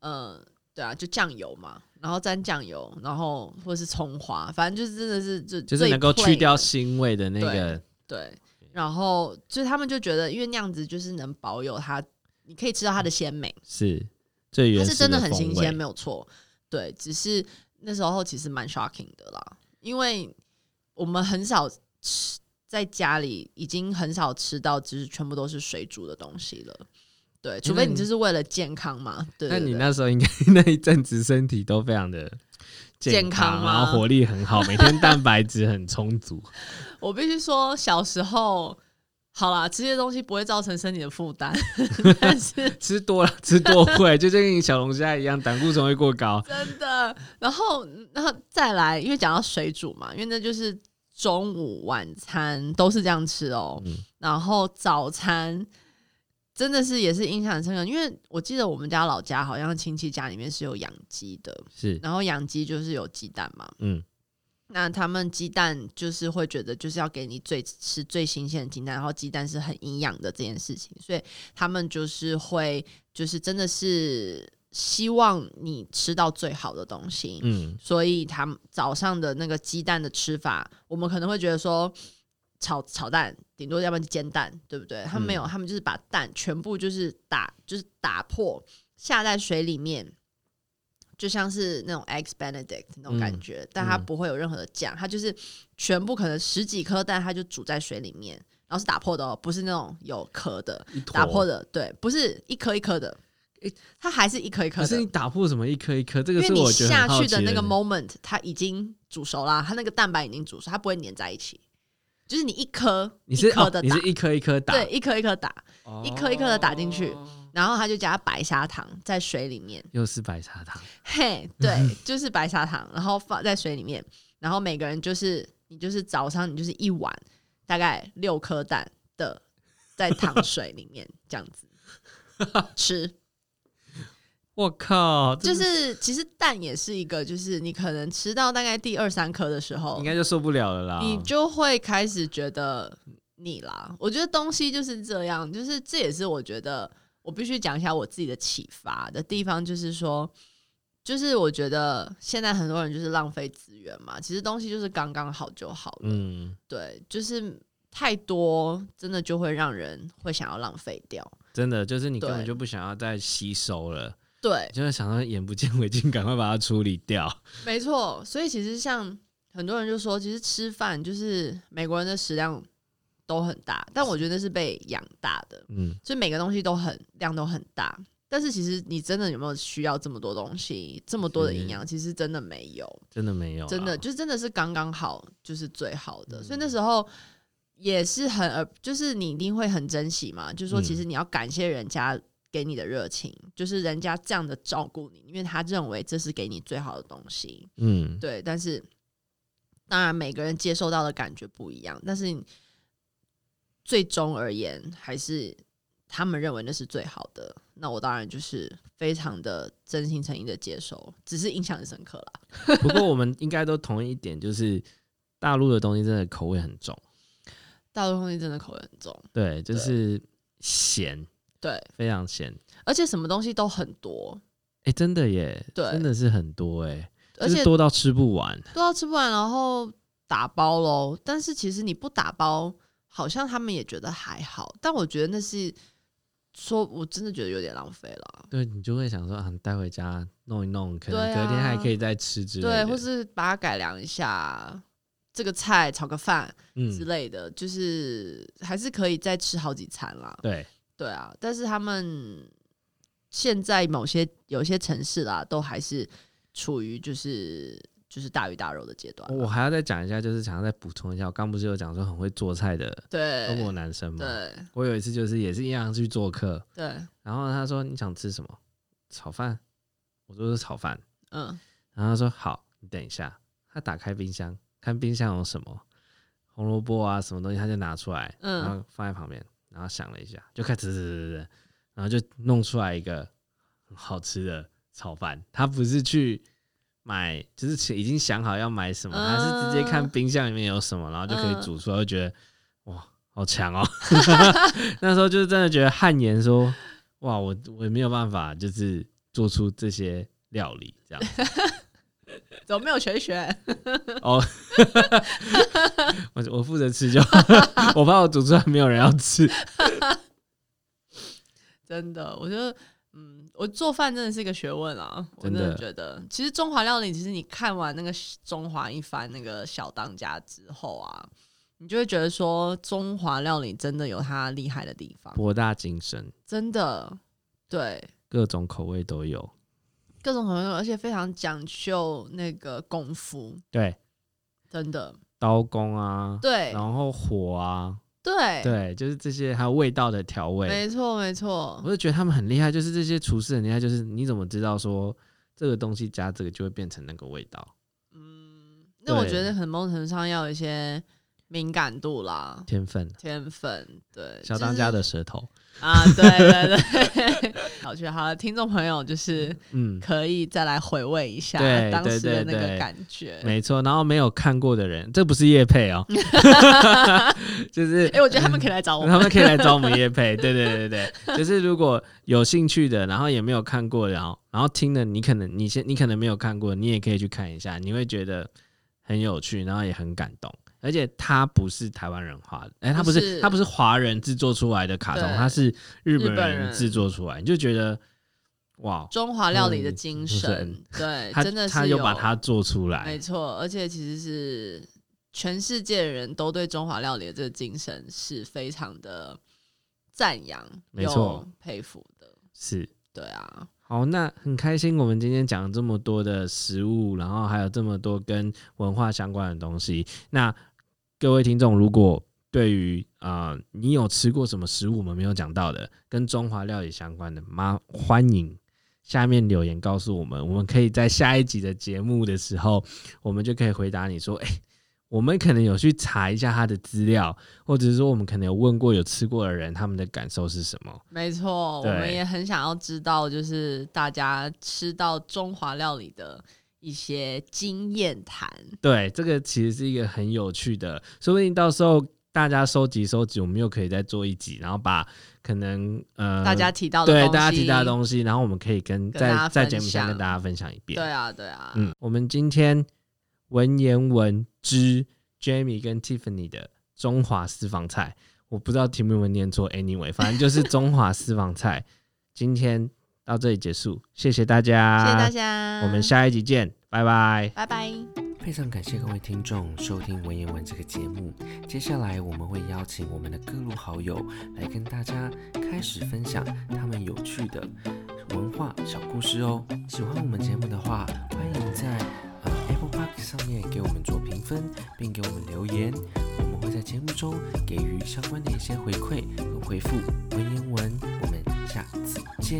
Speaker 1: 嗯、对啊，就酱油嘛，然后沾酱油，然后或是葱花，反正就是真的是就
Speaker 2: 就是
Speaker 1: 最
Speaker 2: 能够
Speaker 1: plain
Speaker 2: 去掉
Speaker 1: 的
Speaker 2: 腥味的那个，
Speaker 1: 对，然后就是他们就觉得，因为那样子就是能保有它，你可以吃到它的鲜美，
Speaker 2: 是最嗯
Speaker 1: 它
Speaker 2: 原始
Speaker 1: 是真的很新
Speaker 2: 风味
Speaker 1: 鲜，没有错，对，只是那时候其实蛮 shocking 的啦，因为我们很少吃。在家里已经很少吃到，就是全部都是水煮的东西了。对，除非
Speaker 2: 那
Speaker 1: 你
Speaker 2: 你
Speaker 1: 就是为了健康嘛。对
Speaker 2: 那
Speaker 1: 对
Speaker 2: 你
Speaker 1: 对
Speaker 2: 那时候应该 那一阵子身体都非常的
Speaker 1: 健康
Speaker 2: 康，
Speaker 1: 吗
Speaker 2: 然后活力很好， 每天蛋白质很充足。
Speaker 1: 我必须说，小时候好啦，吃这些东西不会造成身体的负 担，但是
Speaker 2: 吃多了 吃多会，就跟小龙虾一样，胆固醇会过 高。
Speaker 1: 真的，然后然后再来，因为讲到水煮嘛，因为那就是中午晚餐都是这样吃哦、
Speaker 2: 嗯
Speaker 1: 然后早餐。真的是也是印象很深刻，因为我记得我们家老家好像亲戚家里面是有养鸡的，
Speaker 2: 是，
Speaker 1: 然后养鸡就是有鸡蛋嘛，
Speaker 2: 嗯，
Speaker 1: 那他们鸡蛋就是会觉得就是要给你最吃最新鲜的鸡蛋，然后鸡蛋是很营养的这件事情，所以他们就是会就是真的是希望你吃到最好的东西。
Speaker 2: 嗯，
Speaker 1: 所以他们早上的那个鸡蛋的吃法，我们可能会觉得说炒炒蛋，顶多要不然就煎蛋，对不对？他们没有，他们就是把蛋全部就是打就是打破，下在水里面，就像是那种 eggs benedict 那种感觉，但它不会有任何的酱，它就是全部可能十几颗蛋，它就煮在水里面，然后是打破的哦，不是那种有壳的。
Speaker 2: 一坨
Speaker 1: 打破，的，对，不是一颗一颗的，它还是一颗一颗
Speaker 2: 可
Speaker 1: 的。
Speaker 2: 是你打破什么一颗一颗，这个
Speaker 1: 因为
Speaker 2: 是
Speaker 1: 你
Speaker 2: 我觉得
Speaker 1: 下
Speaker 2: 很好
Speaker 1: 去
Speaker 2: 奇
Speaker 1: 的那个
Speaker 2: 点
Speaker 1: moment，它已经煮熟啦，它那个蛋白已经煮熟，它不会粘在一起。就是你一颗
Speaker 2: 你是
Speaker 1: 一颗
Speaker 2: 哦
Speaker 1: 的
Speaker 2: 你
Speaker 1: 打，
Speaker 2: 是一颗一颗打，
Speaker 1: 对，一颗一颗打，
Speaker 2: 哦
Speaker 1: 一颗一颗的打进去，然后它就加白砂糖在水里面，
Speaker 2: 又是白砂糖，
Speaker 1: 嘿， 对，就是白砂糖，然后放在水里面，然后每个人就是你就是早上你就是一碗大概六颗蛋的在糖水里面这样子吃，
Speaker 2: 我靠，这
Speaker 1: 就是其实蛋也是一个，就是你可能吃到大概第二三颗的时候，
Speaker 2: 应该就受不了了啦。
Speaker 1: 你就会开始觉得腻啦。我觉得东西就是这样，就是这也是我觉得我必须讲一下我自己的启发的地方，就是说，就是我觉得现在很多人就是浪费资源嘛，其实东西就是刚刚好就好了。
Speaker 2: 嗯，
Speaker 1: 对，就是太多真的就会让人会想要浪费掉。
Speaker 2: 真的就是你根本
Speaker 1: 对
Speaker 2: 就不想要再吸收了，
Speaker 1: 对，
Speaker 2: 就是想要眼不见为净，赶快把它处理掉。
Speaker 1: 没错，所以其实像很多人就说，其实吃饭就是美国人的食量都很大，但我觉得那是被养大的，
Speaker 2: 嗯，
Speaker 1: 就每个东西都很量都很大。但是其实你真的有没有需要这么多东西，这么多的营养？其实真的没有，
Speaker 2: 真的没有啦，
Speaker 1: 真的就是真的是刚刚好，就是最好的。所以那时候也是很呃，就是你一定会很珍惜嘛，就是说
Speaker 2: 嗯
Speaker 1: 其实你要感谢人家给你的热情，就是人家这样的照顾你，因为他认为这是给你最好的东西。
Speaker 2: 嗯，
Speaker 1: 对，但是当然每个人接受到的感觉不一样，但是你最终而言，还是他们认为那是最好的。那我当然就是非常的真心诚意的接受，只是印象很深刻啦。
Speaker 2: 不过我们应该都同意一点，就是大陆的东西真的口味很重，
Speaker 1: 大陆空气真的口味很重，
Speaker 2: 对，就是咸，
Speaker 1: 对，
Speaker 2: 非常咸。
Speaker 1: 而且什么东西都很多，
Speaker 2: 哎、真的耶，
Speaker 1: 对
Speaker 2: 真的是很多哎、
Speaker 1: 而
Speaker 2: 就
Speaker 1: 且
Speaker 2: 是多到吃不完。
Speaker 1: 都要吃不完，然后打包喽。但是其实你不打包，好像他们也觉得还好，但我觉得那是说，我真的觉得有点浪费了。
Speaker 2: 对你就会想说啊，你带回家弄一弄，可能
Speaker 1: 对
Speaker 2: 隔
Speaker 1: 啊
Speaker 2: 天还可以再吃之类的，
Speaker 1: 对，或是把它改良一下，这个菜炒个饭之
Speaker 2: 嗯，
Speaker 1: 类的，就是还是可以再吃好几餐啦。
Speaker 2: 对，
Speaker 1: 对啊，但是他们现在某些有些城市啦，都还是处于就是就是大鱼大肉的阶段啦。
Speaker 2: 我还要再讲一下，就是想要再补充一下，我刚不是有讲说很会做菜的中国
Speaker 1: 对
Speaker 2: 男生吗？
Speaker 1: 对
Speaker 2: 我有一次就是也是一样去做客，
Speaker 1: 对，
Speaker 2: 然后他说你想吃什么？炒饭，我说是炒饭，
Speaker 1: 嗯，
Speaker 2: 然后他说好，你等一下。他打开冰箱，看冰箱有什么红萝卜啊，什么东西，他就拿出来，
Speaker 1: 嗯
Speaker 2: 然后放在旁边，然后想了一下，就开始吃吃吃吃吃，然后就弄出来一个很好吃的炒饭。他不是去买，就是已经想好要买什么，
Speaker 1: 嗯
Speaker 2: 他是直接看冰箱里面有什么，然后就可以
Speaker 1: 嗯
Speaker 2: 煮出来，就觉得哇，好强哦！ 那时候就是真的觉得汗颜说，哇，我我也没有办法，就是做出这些料理这样。
Speaker 1: 怎么没有学一学？
Speaker 2: 哦，我我负责吃 就好，我怕我煮出来没有人要吃。
Speaker 1: 真的，我觉得，嗯，我做饭真的是一个学问啊，我真的
Speaker 2: 真
Speaker 1: 觉得，其实中华料理，其实你看完那个中华一番那个小当家之后啊，你就会觉得说，中华料理真的有它厉害的地方，
Speaker 2: 博大精深，
Speaker 1: 真的，对，
Speaker 2: 各种口味都有。
Speaker 1: 各种口味，而且非常讲究那个功夫，
Speaker 2: 对，
Speaker 1: 真的，
Speaker 2: 刀工啊，
Speaker 1: 对
Speaker 2: 然后火啊，
Speaker 1: 对
Speaker 2: 对，就是这些，还有味道的调味。
Speaker 1: 没错没
Speaker 2: 我
Speaker 1: 错，
Speaker 2: 就觉得他们很厉害，就是这些厨师很厉害，就是你怎么知道说这个东西加这个就会变成那个味道？
Speaker 1: 嗯，那我
Speaker 2: 对
Speaker 1: 觉得很某种程度上要有一些敏感度啦。
Speaker 2: 天分，
Speaker 1: 天分对，
Speaker 2: 小
Speaker 1: 就
Speaker 2: 当
Speaker 1: 是
Speaker 2: 家的舌头，
Speaker 1: 啊，对对对， 好去好了，听众朋友就是
Speaker 2: 嗯，
Speaker 1: 可以再来回味一下
Speaker 2: 对
Speaker 1: 当时的那
Speaker 2: 对对
Speaker 1: 个
Speaker 2: 对
Speaker 1: 感觉。
Speaker 2: 没错。然后没有看过的人，这不是叶 配哦，就是
Speaker 1: 哎、我觉得他们可以来找我
Speaker 2: 他
Speaker 1: 们。
Speaker 2: 们可以来找我们叶配， 对对对对对，就是如果有兴趣的，然后也没有看过的，然后然后听了，你可能你先你可能没有看过，你也可以去看一下，你会觉得很有趣，然后也很感动。而且它不是台湾人画的，哎、它不
Speaker 1: 不
Speaker 2: 是
Speaker 1: 是
Speaker 2: 它不是华人制作出来的卡通，
Speaker 1: 对
Speaker 2: 它是日本
Speaker 1: 日本
Speaker 2: 人
Speaker 1: 人
Speaker 2: 制作出来，你就觉得哇，
Speaker 1: 中华料理的精神，对，
Speaker 2: 嗯他
Speaker 1: 真的
Speaker 2: 他
Speaker 1: 是
Speaker 2: 又
Speaker 1: 有，哎
Speaker 2: 把它做出
Speaker 1: 没
Speaker 2: 来，
Speaker 1: 错，而且其实是全世界的人都对中华料理的这个精神是非常的赞扬，
Speaker 2: 没错，
Speaker 1: 佩服的。
Speaker 2: 是。
Speaker 1: 对啊，
Speaker 2: 好，那很开心，我们今天讲了这么多的食物，然后还有这么多跟文化相关的东西。那各位听众，如果对于啊、呃你有吃过什么食物我们没有讲到的，跟中华料理相关的，妈欢迎下面留言告诉我们，我们可以在下一集的节目的时候，我们就可以回答你说，哎、我们可能有去查一下他的资料，或者是说我们可能有问过有吃过的人，他们的感受是什么？
Speaker 1: 没错，我
Speaker 2: 对
Speaker 1: 们也很想要知道，就是大家吃到中华料理的一些经验谈。
Speaker 2: 对，这个其实是一个很有趣的，说不定到时候大家收集收集，我们又可以再做一集，然后把可能呃
Speaker 1: 大家提到的
Speaker 2: 对
Speaker 1: 东
Speaker 2: 大家
Speaker 1: 西
Speaker 2: 提到的东西，然后我们可以跟
Speaker 1: 跟大
Speaker 2: 在
Speaker 1: 家
Speaker 2: 在
Speaker 1: 分
Speaker 2: 节目上跟
Speaker 1: 享
Speaker 2: 大家分享一遍。
Speaker 1: 对啊，对啊，
Speaker 2: 嗯，我们今天文言文之 Jamie 跟 Tiffany 的中华私房菜，我不知道题目有没有念错，anyway，反正就是中华私房菜。今天到这里结束，谢谢大家，
Speaker 1: 谢谢大，家，
Speaker 2: 我们下一集见，拜拜。
Speaker 1: 拜拜。
Speaker 3: 非常感谢各位听众收听《文言文》这个节目。接下来我们会邀请我们的各路好友来跟大家开始分享他们有趣的文化小故事哦。喜欢我们节目的话，欢迎在呃 Apple Park 上面给我们做评分，并给我们留言。我们会在节目中给予相关的一些回馈和回复。文言文，我们下次见。